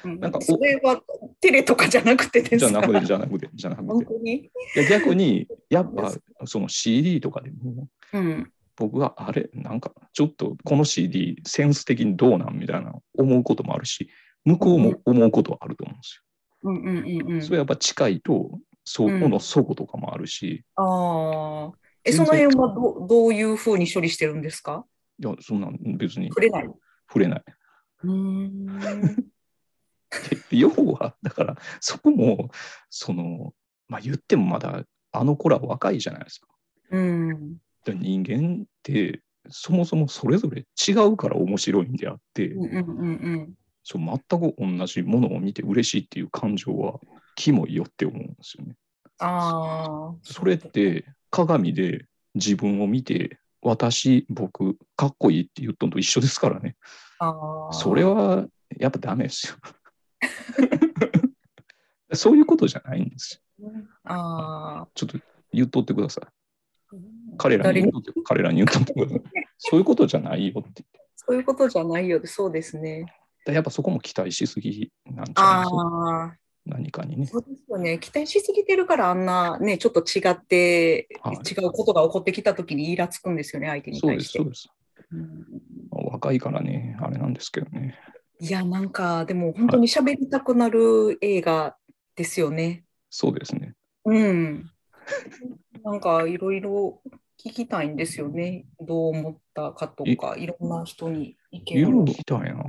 S2: うん
S1: なんかお
S2: それはテレとかじゃなくてで
S1: じゃ
S2: す
S1: な
S2: か。
S1: くて、じゃなくて、じゃなく
S2: 本
S1: て
S2: 当に。。
S1: いや逆に、やっ
S2: そう
S1: ぱ
S2: で
S1: その CD とかでも、
S2: うん。
S1: 僕はあれ、なんかちょっとこの CD、センス的にどうなんみたいな思うこともあるし、向こうも思うことはあると思うんですよ。
S2: うんうんうんうん
S1: そ。れやっぱ近いと、そこの祖母とかもあるし、
S2: ああ。え、そ
S1: 全然
S2: の辺はどうどういうふうに処理してるんですか
S1: いや、そんなん別に
S2: 触れない。
S1: 触れない。
S2: うーん。
S1: 要は、だから、そこも、その、まあ言ってもまだ、あの子ら若いじゃないですか。
S2: うん。
S1: だから人間って、そもそもそれぞれ違うから面白いんであって、
S2: うんうんうん
S1: そう全く同じものを見て嬉しいっていう感情は、気もよって思うんですよね。
S2: ああ。
S1: それっ。て鏡で自分を見て私僕かっこいいって言ったのと一緒ですからね
S2: ああ。
S1: それ。はやっぱダメですよ そういうことじゃないんですよ
S2: ああ。
S1: ちょっと言っとってください彼らに
S2: 誰
S1: 言っ
S2: に
S1: とって彼らに言っとってくださいそういうことじゃないよって
S2: そういうことじゃないよ。そうですね。
S1: だやっぱそこも期待しすぎなんじゃない
S2: あ
S1: ですか
S2: あ。
S1: 何かにね
S2: そうですよね。期待しすぎてるから、あんなね、ちょっと違って、
S1: はい
S2: 違うことが起こってきたときにイラつくんですよね、相手に
S1: そう
S2: 対
S1: で
S2: し
S1: す
S2: て。
S1: そうです、
S2: うん
S1: まあ若いからねあれなんですけどね
S2: いや、なんか、でも本当に喋りたくなる映画ですよね。
S1: そうですね
S2: うん。なんかいろいろ聞きたいんですよね。どう思ったかとか、いろんな人に意
S1: いろ
S2: 見
S1: いろ
S2: を。
S1: 聞きたいな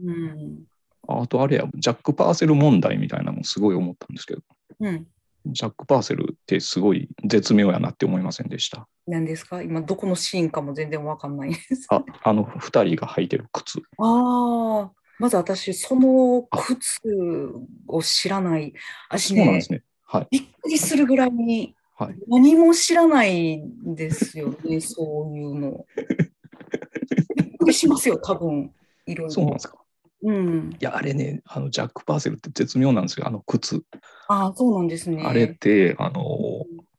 S2: うん。
S1: あとあれや、ジャック・パーセル問題みたいなのもすごい思ったんですけど、
S2: うん。
S1: ジャック・パーセルってすごい絶妙やなって思いませんでした。
S2: 何ですか今どこのシーンかも全然わかんないです。あ
S1: あ、あの二人が履いてる靴。
S2: あー。まず私、その靴を知らない。私
S1: そうなんで
S2: ね、
S1: すね。はい。
S2: びっくりするぐらいに
S1: はい
S2: 何も知らないんですよね、 そういうの。びっくりしますよ、多分。いろいろ。
S1: そうなんですか。
S2: うん。
S1: いや、あれね、あのジャック・パーセルって絶妙なんですよ、あの靴。
S2: ああ、そうなんですね。
S1: あれって、あの、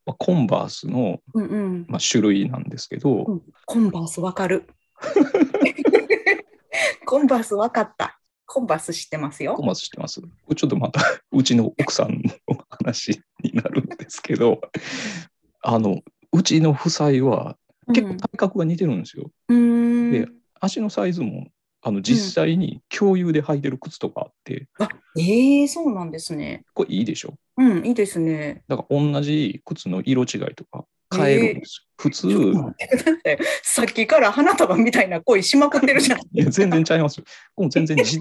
S1: まあコンバースの、
S2: うんうん。
S1: まあ、種類なんですけど、
S2: うんコンバースわかる。 コンバースわかった。コンバース知ってますよ
S1: コ。マースしてます。これちょっとまた、 うちの奥さんの話になるんですけど、 あの、うちの夫妻は結構体格が似てるんですよ。
S2: うん。
S1: で足のサイズもあの実際に共有で履いてる靴とかあって、
S2: ええそうなんですね。
S1: これいいでしょ
S2: うん、いいですね。
S1: だから同じ靴の色違いとか変えるんですよ、普通い
S2: さっきから花束みたいな恋しまくってるじゃん。
S1: や全然ちゃいますよこれも全然 じ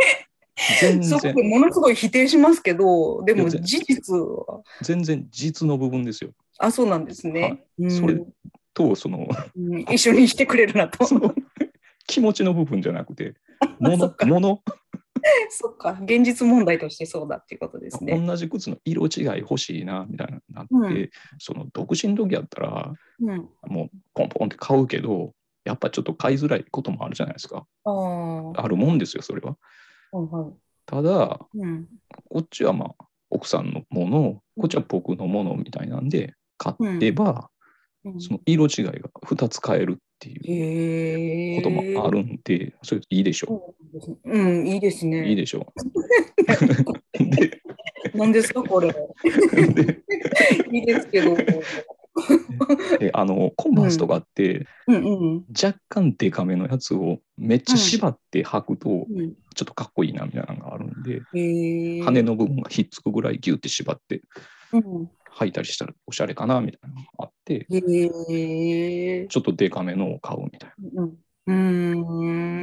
S1: 全
S2: すご
S1: 然
S2: くものすごい否定しますけど、でも
S1: 全然
S2: 事実は、
S1: 全然実の部分ですよ
S2: あ、そうなんですね。
S1: はい
S2: うん
S1: それとその
S2: うん一緒にしてくれるなと。
S1: その 気持ちの部分じゃなく ても
S2: そ
S1: の
S2: っか
S1: もの
S2: そっか、現実問題としてそうだっていうことですね。
S1: 同じ靴の色違い欲しいなみたいになって、
S2: うん
S1: その独身の時やったら
S2: うん、
S1: もうポンポンって買うけどやっぱちょっと買いづらいこともあるじゃないですか
S2: ああ、はい
S1: あるもんですよそれは
S2: は
S1: ただ
S2: い。うん
S1: こっちはまあ奥さんのものこっちは僕のものみたいなんで買ってば、
S2: うん
S1: その色違いが2つ買えるっていう
S2: へえ。
S1: こともあるんで、それいいでしょ
S2: うん、いいです
S1: う、
S2: ね。
S1: いいでしょうで
S2: 何ですか、これ。
S1: で
S2: いいですけど。
S1: であのコンバースとかって、
S2: うんうん
S1: 若干デカめのやつをめっちゃ縛って履くと、
S2: うん。
S1: ちょっとかっこいいなみたいなのがあるんで、
S2: へえ。
S1: 羽の部分がひっつくぐらいギュって縛って
S2: うん。
S1: 履いたりしたらおしゃれかなみたいなのがあって
S2: へえ。
S1: ちょっとデカめのを買うみたい
S2: うん。うーん。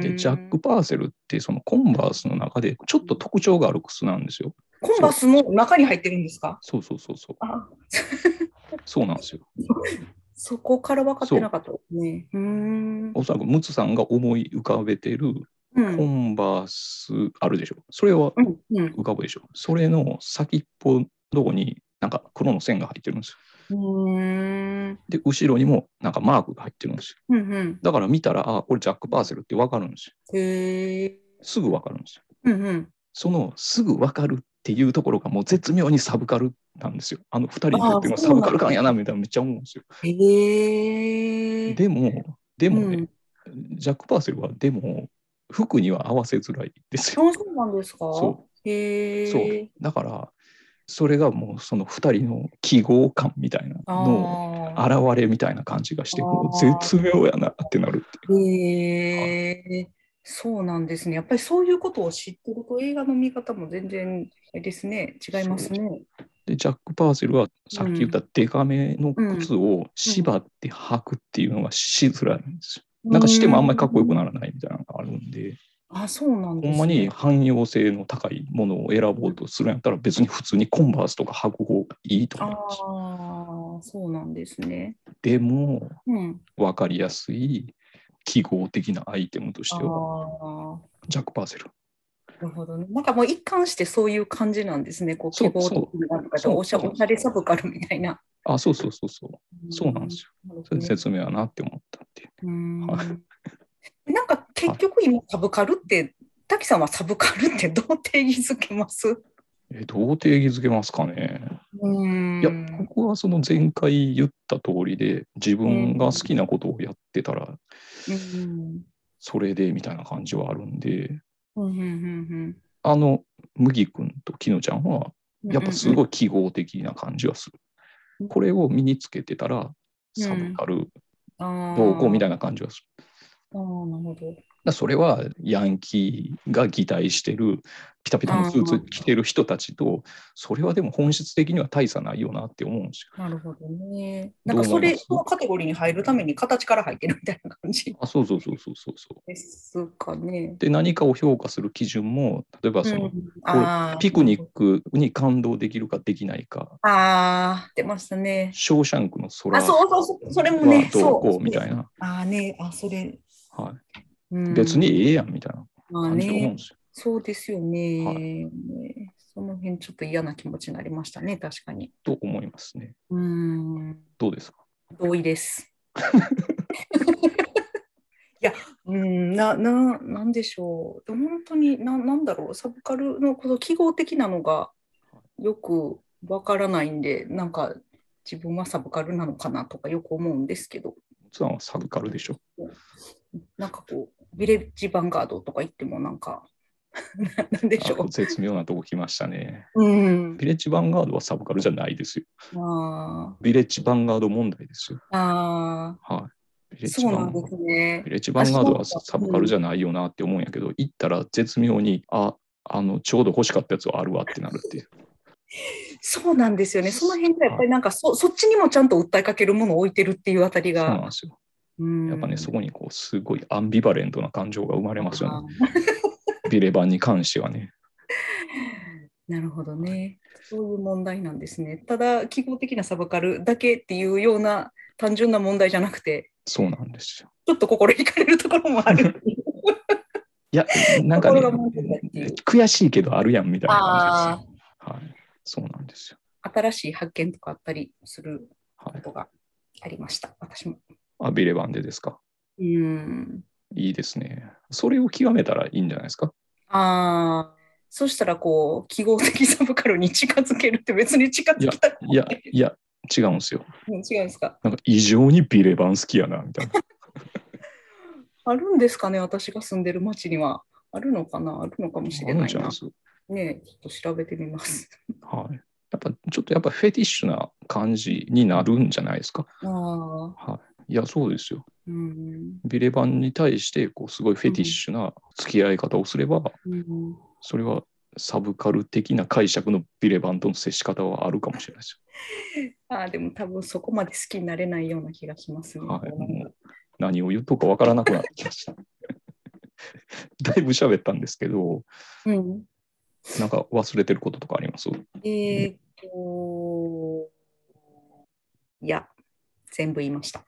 S1: な。でジャック・パーセルってそのコンバースの中でちょっと特徴がある靴なんですよ。
S2: コンバスの中に入ってるんですか
S1: そうそうそうそう
S2: あ
S1: そうなんですよ。
S2: そこから分かってなかったですね。うーん。
S1: おそらくムツさんが思い浮かべてる
S2: う
S1: コ
S2: ん。
S1: ンバースあるでしょ。それは
S2: うん。うん
S1: 浮かぶでしょ。それの先っぽのとこになんか黒の線が入ってるんですよ。
S2: うーん。
S1: で後ろにもなんかマークが入ってるんですよ。
S2: うん。うん。
S1: だから見たらあこれジャック・パーセルってわかるんですよ。
S2: へえ。
S1: すぐわかるんですよ。
S2: うん。うん。
S1: そのすぐわかるっていうところがもう絶妙にサブカルなんですよ。あの2人にとっても
S2: あー
S1: サブカル感やなみたいなめっちゃ思うんですよ。
S2: へえ。
S1: でも、でも
S2: う
S1: ね
S2: ん、
S1: ジャック・パーセルはでも服には合わせづらいですよ。
S2: あそうなんですか
S1: そ
S2: へ
S1: う
S2: え。
S1: そうだからそれがもうその2人の記号感みたいなの
S2: ああ。
S1: 現れみたいな感じがして
S2: あー
S1: もう絶妙やなってなるっていう
S2: へえ。そうなんですね。やっぱりそういうことを知ってると映画の見方も全然あれですね。違いますね。
S1: でジャック・パーセルはさっき言ったデカめの靴を縛って履くっていうのがしづらいんですよ。なんかしてもあんまりかっこよく
S2: い。
S1: ならないみたいなのがあるんで、
S2: あ、そうなん
S1: ほ
S2: です、ね。
S1: んまに汎用性の高いものを選ぼうとするんやったら別に普通にコンバースとか履く方がいいと
S2: あ
S1: 思い
S2: あ
S1: ます。、
S2: そうなんですね。
S1: でも
S2: うん。
S1: 分かりやすい記号的なアイテムとし
S2: あ
S1: ては
S2: あ、
S1: ジャック・パーセル。
S2: なるほどね。なんかもう一貫してそういう感じなんですね。こう
S1: そ
S2: 記
S1: う
S2: 号とかなんか
S1: そう
S2: おしゃ
S1: そう
S2: おしゃれサブカルみたいな。
S1: あ、そうそうそうそう。 そうなんですよ。
S2: よ
S1: それ説明やなって思ったっていう。
S2: うーん
S1: は
S2: なんか結局今サブカルって、滝さんはサブカルってどう定義づけます
S1: え、どう定義づけますかね。
S2: うーん
S1: いや、僕はその前回言った通りで、自分が好きなことをやってたら、
S2: うん
S1: それでみたいな感じはあるんで、
S2: うんうんうん
S1: あの、麦君ときのちゃんは、
S2: うん
S1: やっぱすごい記号的な感じはす
S2: う
S1: る。
S2: ん
S1: これを身につけてたら、サブカル、
S2: 同
S1: 同行みた
S2: い
S1: いな感じはする。
S2: な。あーなるほど。
S1: だからそれはヤンキーが擬態してるピタピタのスーツ着てる人たちとそれはでも本質的には大差ないよなって思うんですよ。
S2: なるほどね。な
S1: どうん
S2: かそ
S1: 思い
S2: れ、
S1: ます
S2: そのカテゴリーに入るために形から入ってるみたいな感じ
S1: あそうそうそうそうそうそう。
S2: ですかね。
S1: で何かを評価する基準も例えばその、
S2: うんあー
S1: ピクニックに感動できるかできないか
S2: ああ、出ましたね。
S1: 「ショーシャンクの空」
S2: あ、
S1: は
S2: そうそうそう、それもね、
S1: どう
S2: そ
S1: こ
S2: う。
S1: うみたいな、
S2: ああね、あ、それ。
S1: は
S2: うん
S1: い、別にええやんみたいな
S2: まあ
S1: 感じで思うん
S2: ね、
S1: ですよ。
S2: そうですよね、
S1: はい
S2: その辺ちょっと嫌な気持ちになりましたね、確かに。
S1: と思いますね。
S2: うーん、
S1: どうですか
S2: 同意です。 いや、うん、な、な、なんでしょう。でも本当に、な、なんだろう、サブカルのこの記号的なのがよくわからないんで、なんか自分はサブカルなのかなとかよく思うんですけど、
S1: ツアンはサブカルでしょ。
S2: なんかこう、ビレッジヴァンガードとか言ってもなんか、 ななんでしょ
S1: あ絶妙なとこ来ましたね。
S2: う。うん。
S1: ビレッジヴァンガードはサブカルじゃないですよ。
S2: ま
S1: ビレッジヴァンガード問題ですよ。
S2: あ、あ
S1: はい。ビレッ
S2: あ、
S1: ジ
S2: そ
S1: ヴ
S2: う
S1: ァ
S2: な
S1: ン
S2: ん
S1: ガー
S2: で
S1: ド
S2: すね
S1: ビ。レッジヴァンガードは
S2: あそうか
S1: サブカルじゃないよなって思うんやけど、行ったら絶妙に、あ、あの、ちょうど欲しかったやつはあるわってなるっていう。
S2: そうなんですよね。その辺がやっぱりなんかそ、そっちにもちゃんと訴えかけるものを置いてるっていうあたり
S1: そうなん
S2: が。
S1: ですよ。
S2: うん
S1: やっぱね、そこにこう、すごいアンビバレントな感情が生まれますよね。ビレバンに関してはね。
S2: なるほどね。そういう問題なんですね。ただ、記号的なサブカルだけっていうような単純な問題じゃなくて、
S1: そうなんですよ。
S2: ちょっと心惹かれるところも ある。
S1: いや、なんかね
S2: 心が満足だっていう、
S1: 悔しいけどあるやんみたいな感
S2: あ
S1: じですよ。はい。そうなんですよ。
S2: あ、新しい発見とかあったりする
S1: は
S2: こ
S1: い。
S2: とがありました。私も。
S1: あ、ビレバンでですか。
S2: うん。
S1: いいですね。それを極めたらいいんじゃないですか。
S2: ああ、そしたらこう、記号的サブカルに近づけるって別に近づきたくない
S1: や、いや、違うんですよ。
S2: うん違うんですか。
S1: なんか異常にビレバン好きやなみたいな。
S2: あるんですかね、私が住んでる町には。あるのかな、あるのかもしれ
S1: あるん
S2: ない
S1: じゃ
S2: な。
S1: ない
S2: ね
S1: です
S2: えちょっと調べてみます。
S1: はい。やっぱちょっとやっぱフェティッシュな感じになるんじゃないですか。
S2: ああ、
S1: いや、そうですよ。
S2: うん。
S1: ビレバンに対して、こう、すごいフェティッシュな付き合い方をすれば、
S2: うん
S1: それはサブカル的な解釈のビレバンとの接し方はあるかもしれないです
S2: ああ、でも多分そこまで好きになれないような気がしますね。
S1: よ。はい。もう何を言うとかわからなくなってきました。 だいぶ喋ったんですけど、
S2: うん。
S1: なんか忘れてることとかあります
S2: えーっと、いや、全部言いました。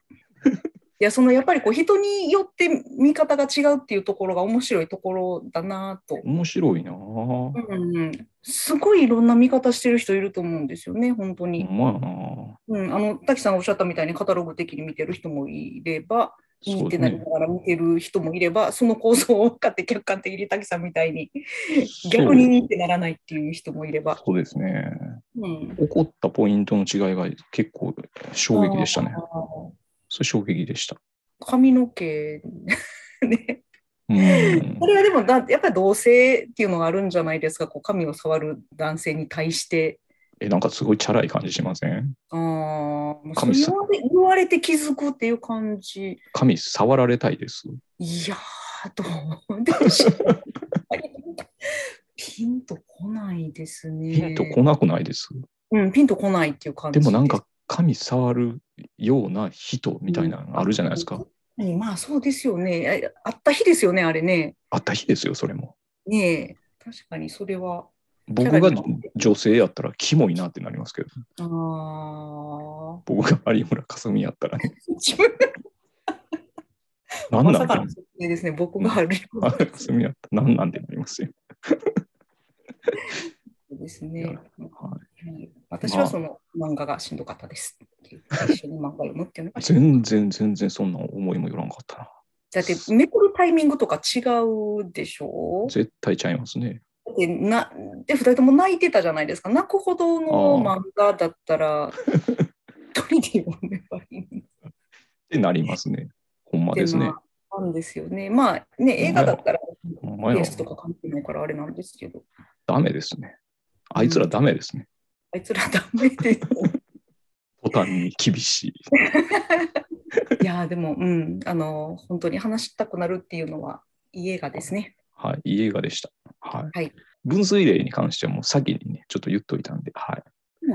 S2: いや、そのやっぱりこう人によって見方が違うっていうところが面白いところだなと。
S1: 面白いなぁ。
S2: うんうん、すごいいろんな見方してる人いると思うんですよね、本当
S1: ほ
S2: に。
S1: んまやな
S2: うん、あの滝さんがおっしゃったみたいにカタログ的に見てる人もいれば、気に入
S1: そ
S2: っ
S1: う
S2: て
S1: で
S2: な
S1: す
S2: りな
S1: ね。
S2: がら見てる人もいれば、その構造を買って客観的に滝さんみたいに逆
S1: そう
S2: にってならないっていう人もいれば。
S1: そうですね。
S2: うん、
S1: 怒ったポイントの違いが結構衝撃でしたね
S2: あ。ー
S1: それ衝撃でした。
S2: 髪の毛ね、
S1: うん
S2: こ。れはでもだやっぱり同性っていうのがあるんじゃないですかこう髪を触る男性に対して
S1: え、なんかすごいチャラい感じしません
S2: あーもうそう
S1: 神
S2: 言
S1: 様
S2: われ言われて気づくっていう感じ
S1: 髪触られたいです。
S2: いやーどうでしょう ピンとこないですね
S1: ヒント来なくないです。
S2: うん、ピンとこないっていう感
S1: で
S2: じ
S1: もなんか髪触るような人みたいなのあるじゃないですか。
S2: すまあそうですよねああった日ですよねあれね
S1: あった日ですよ、それも。
S2: ねえ確かにそれは
S1: 僕
S2: キャラ
S1: が
S2: にも
S1: 女性やったらキモいなってなりますけど、
S2: ああ
S1: 僕が有村架純やったらね、
S2: 自分
S1: なん
S2: ま
S1: な
S2: さ
S1: んてな
S2: かの
S1: り
S2: 説明ですね、僕があるよう
S1: 有
S2: な
S1: 村架純やったらなんなんてなりますよ。
S2: ですね。
S1: は
S2: はい私はその漫画がしんどかったです。一緒に漫画読むっていうのが。
S1: 全然全然そんな思いもよらんかったな。
S2: だってめくるタイミングとか違うでしょ
S1: 絶対ちゃいますね。
S2: だってなで、2人とも泣いてたじゃないですか。泣くほどの漫画だった ら、一人で読めばいいのに
S1: ってなりますね。ほんまですね
S2: ま。あなんですよね。まあね、映画だったら
S1: ほんま
S2: ペ
S1: や
S2: ースとか関係ないからあれなんですけど、
S1: ダメですね。あいつらダメですね。
S2: あいつらダメで。
S1: 途端に厳しい。
S2: いやーでも、うん、あのー本当に話したくなるっていうのはいい映画ですね。
S1: はい、いい映画でした。はい。
S2: はい
S1: 分水嶺に関してはもう先にね、ちょっと言っといたんで、はい。
S2: うん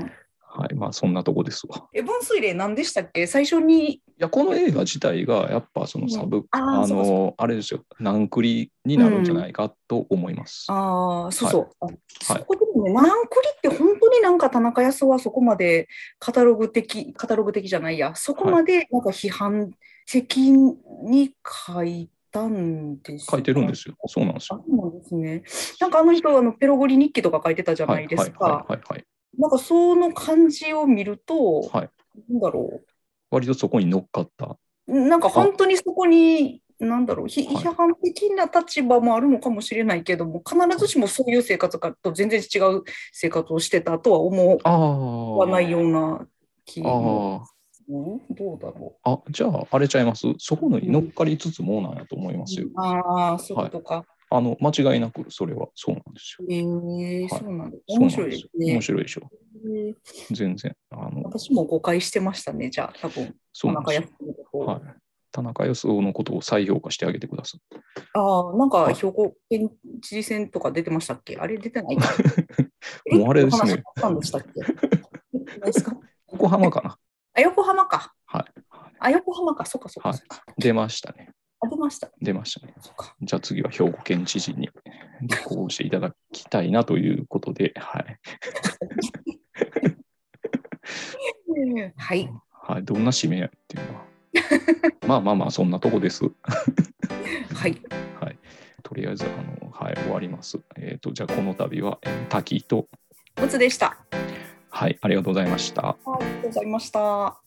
S1: はい、まあそんなとこですわ。
S2: え、分水嶺何でしたっけ最初に。
S1: いや、この映画自体がやっぱそのサブ、
S2: あー
S1: あ
S2: そうかそう
S1: の、あれですよ、難繰りになるんじゃないかと思います。
S2: ああ、そうそう。あそこでもね、ナンクリって本当になんか田中康夫はそこまでカタログ的、カタログ的じゃないや、そこまでなんか批判的に書いたんです。
S1: 書いてるんですすよ。そうなんです
S2: あ
S1: よ。
S2: そうなんですね。なんかあの人、あのペロゴリ日記とか書いてたじゃな
S1: はいい、
S2: で
S1: はい、は
S2: す
S1: い、
S2: か。
S1: はい、はい。
S2: なんかその感じを見ると、
S1: はい
S2: なんだろう。
S1: 割とそこに乗っかった。
S2: なんか本当にそこに、なんだろう、ひ
S1: はい
S2: 批判的な立場もあるのかもしれないけども、必ずしもそういう生活かと全然違う生活をしてたとは思
S1: あ
S2: わない
S1: あ。
S2: ような気も、
S1: あ
S2: うんどうだろ
S1: あ。あ、じゃあ、あれちゃいます。そこのに乗っかりつつもなんやと思いますよ。
S2: う。ああ、そういうことか。
S1: あの、間違いなくそれはそうなんですよ。
S2: ええ
S1: い
S2: そうなんだ。
S1: そうな
S2: 面
S1: ん
S2: 白い
S1: で
S2: ですす
S1: よ
S2: ね
S1: 面。白いでしょ。
S2: へえ
S1: 全然。あの、
S2: 私も誤解してましたね、じゃあ、多分
S1: そう
S2: 田
S1: なん
S2: 中
S1: です
S2: 康
S1: よ。
S2: 夫のことを
S1: はい。田中康夫のことを再評価してあげてください。
S2: ああ、なん
S1: は
S2: か
S1: い
S2: 兵庫県知事選とか出てましたっけあれ出てない
S1: もうあれですね
S2: えお話あったんでしたっけ ですか
S1: 横浜かな。
S2: あ、横浜か。
S1: はい。
S2: あ、横浜か。そっかそっか
S1: はい
S2: そっか。
S1: 出ましたね。
S2: あ、出ました。
S1: 出ましたね。
S2: そっか。
S1: じゃあ次は兵庫県知事に 立候補していただきたいなということで、はい。
S2: はい。
S1: はい、どんな指名やっていうの は。まあまあまあ、そんなとこ です。
S2: はい。
S1: はい。とりあえず、あの、はい、終わります。えっ、と、じゃあこの度は、えー滝と、
S2: むつでした。
S1: はい、ありがとうございました。
S2: ありがとうございました。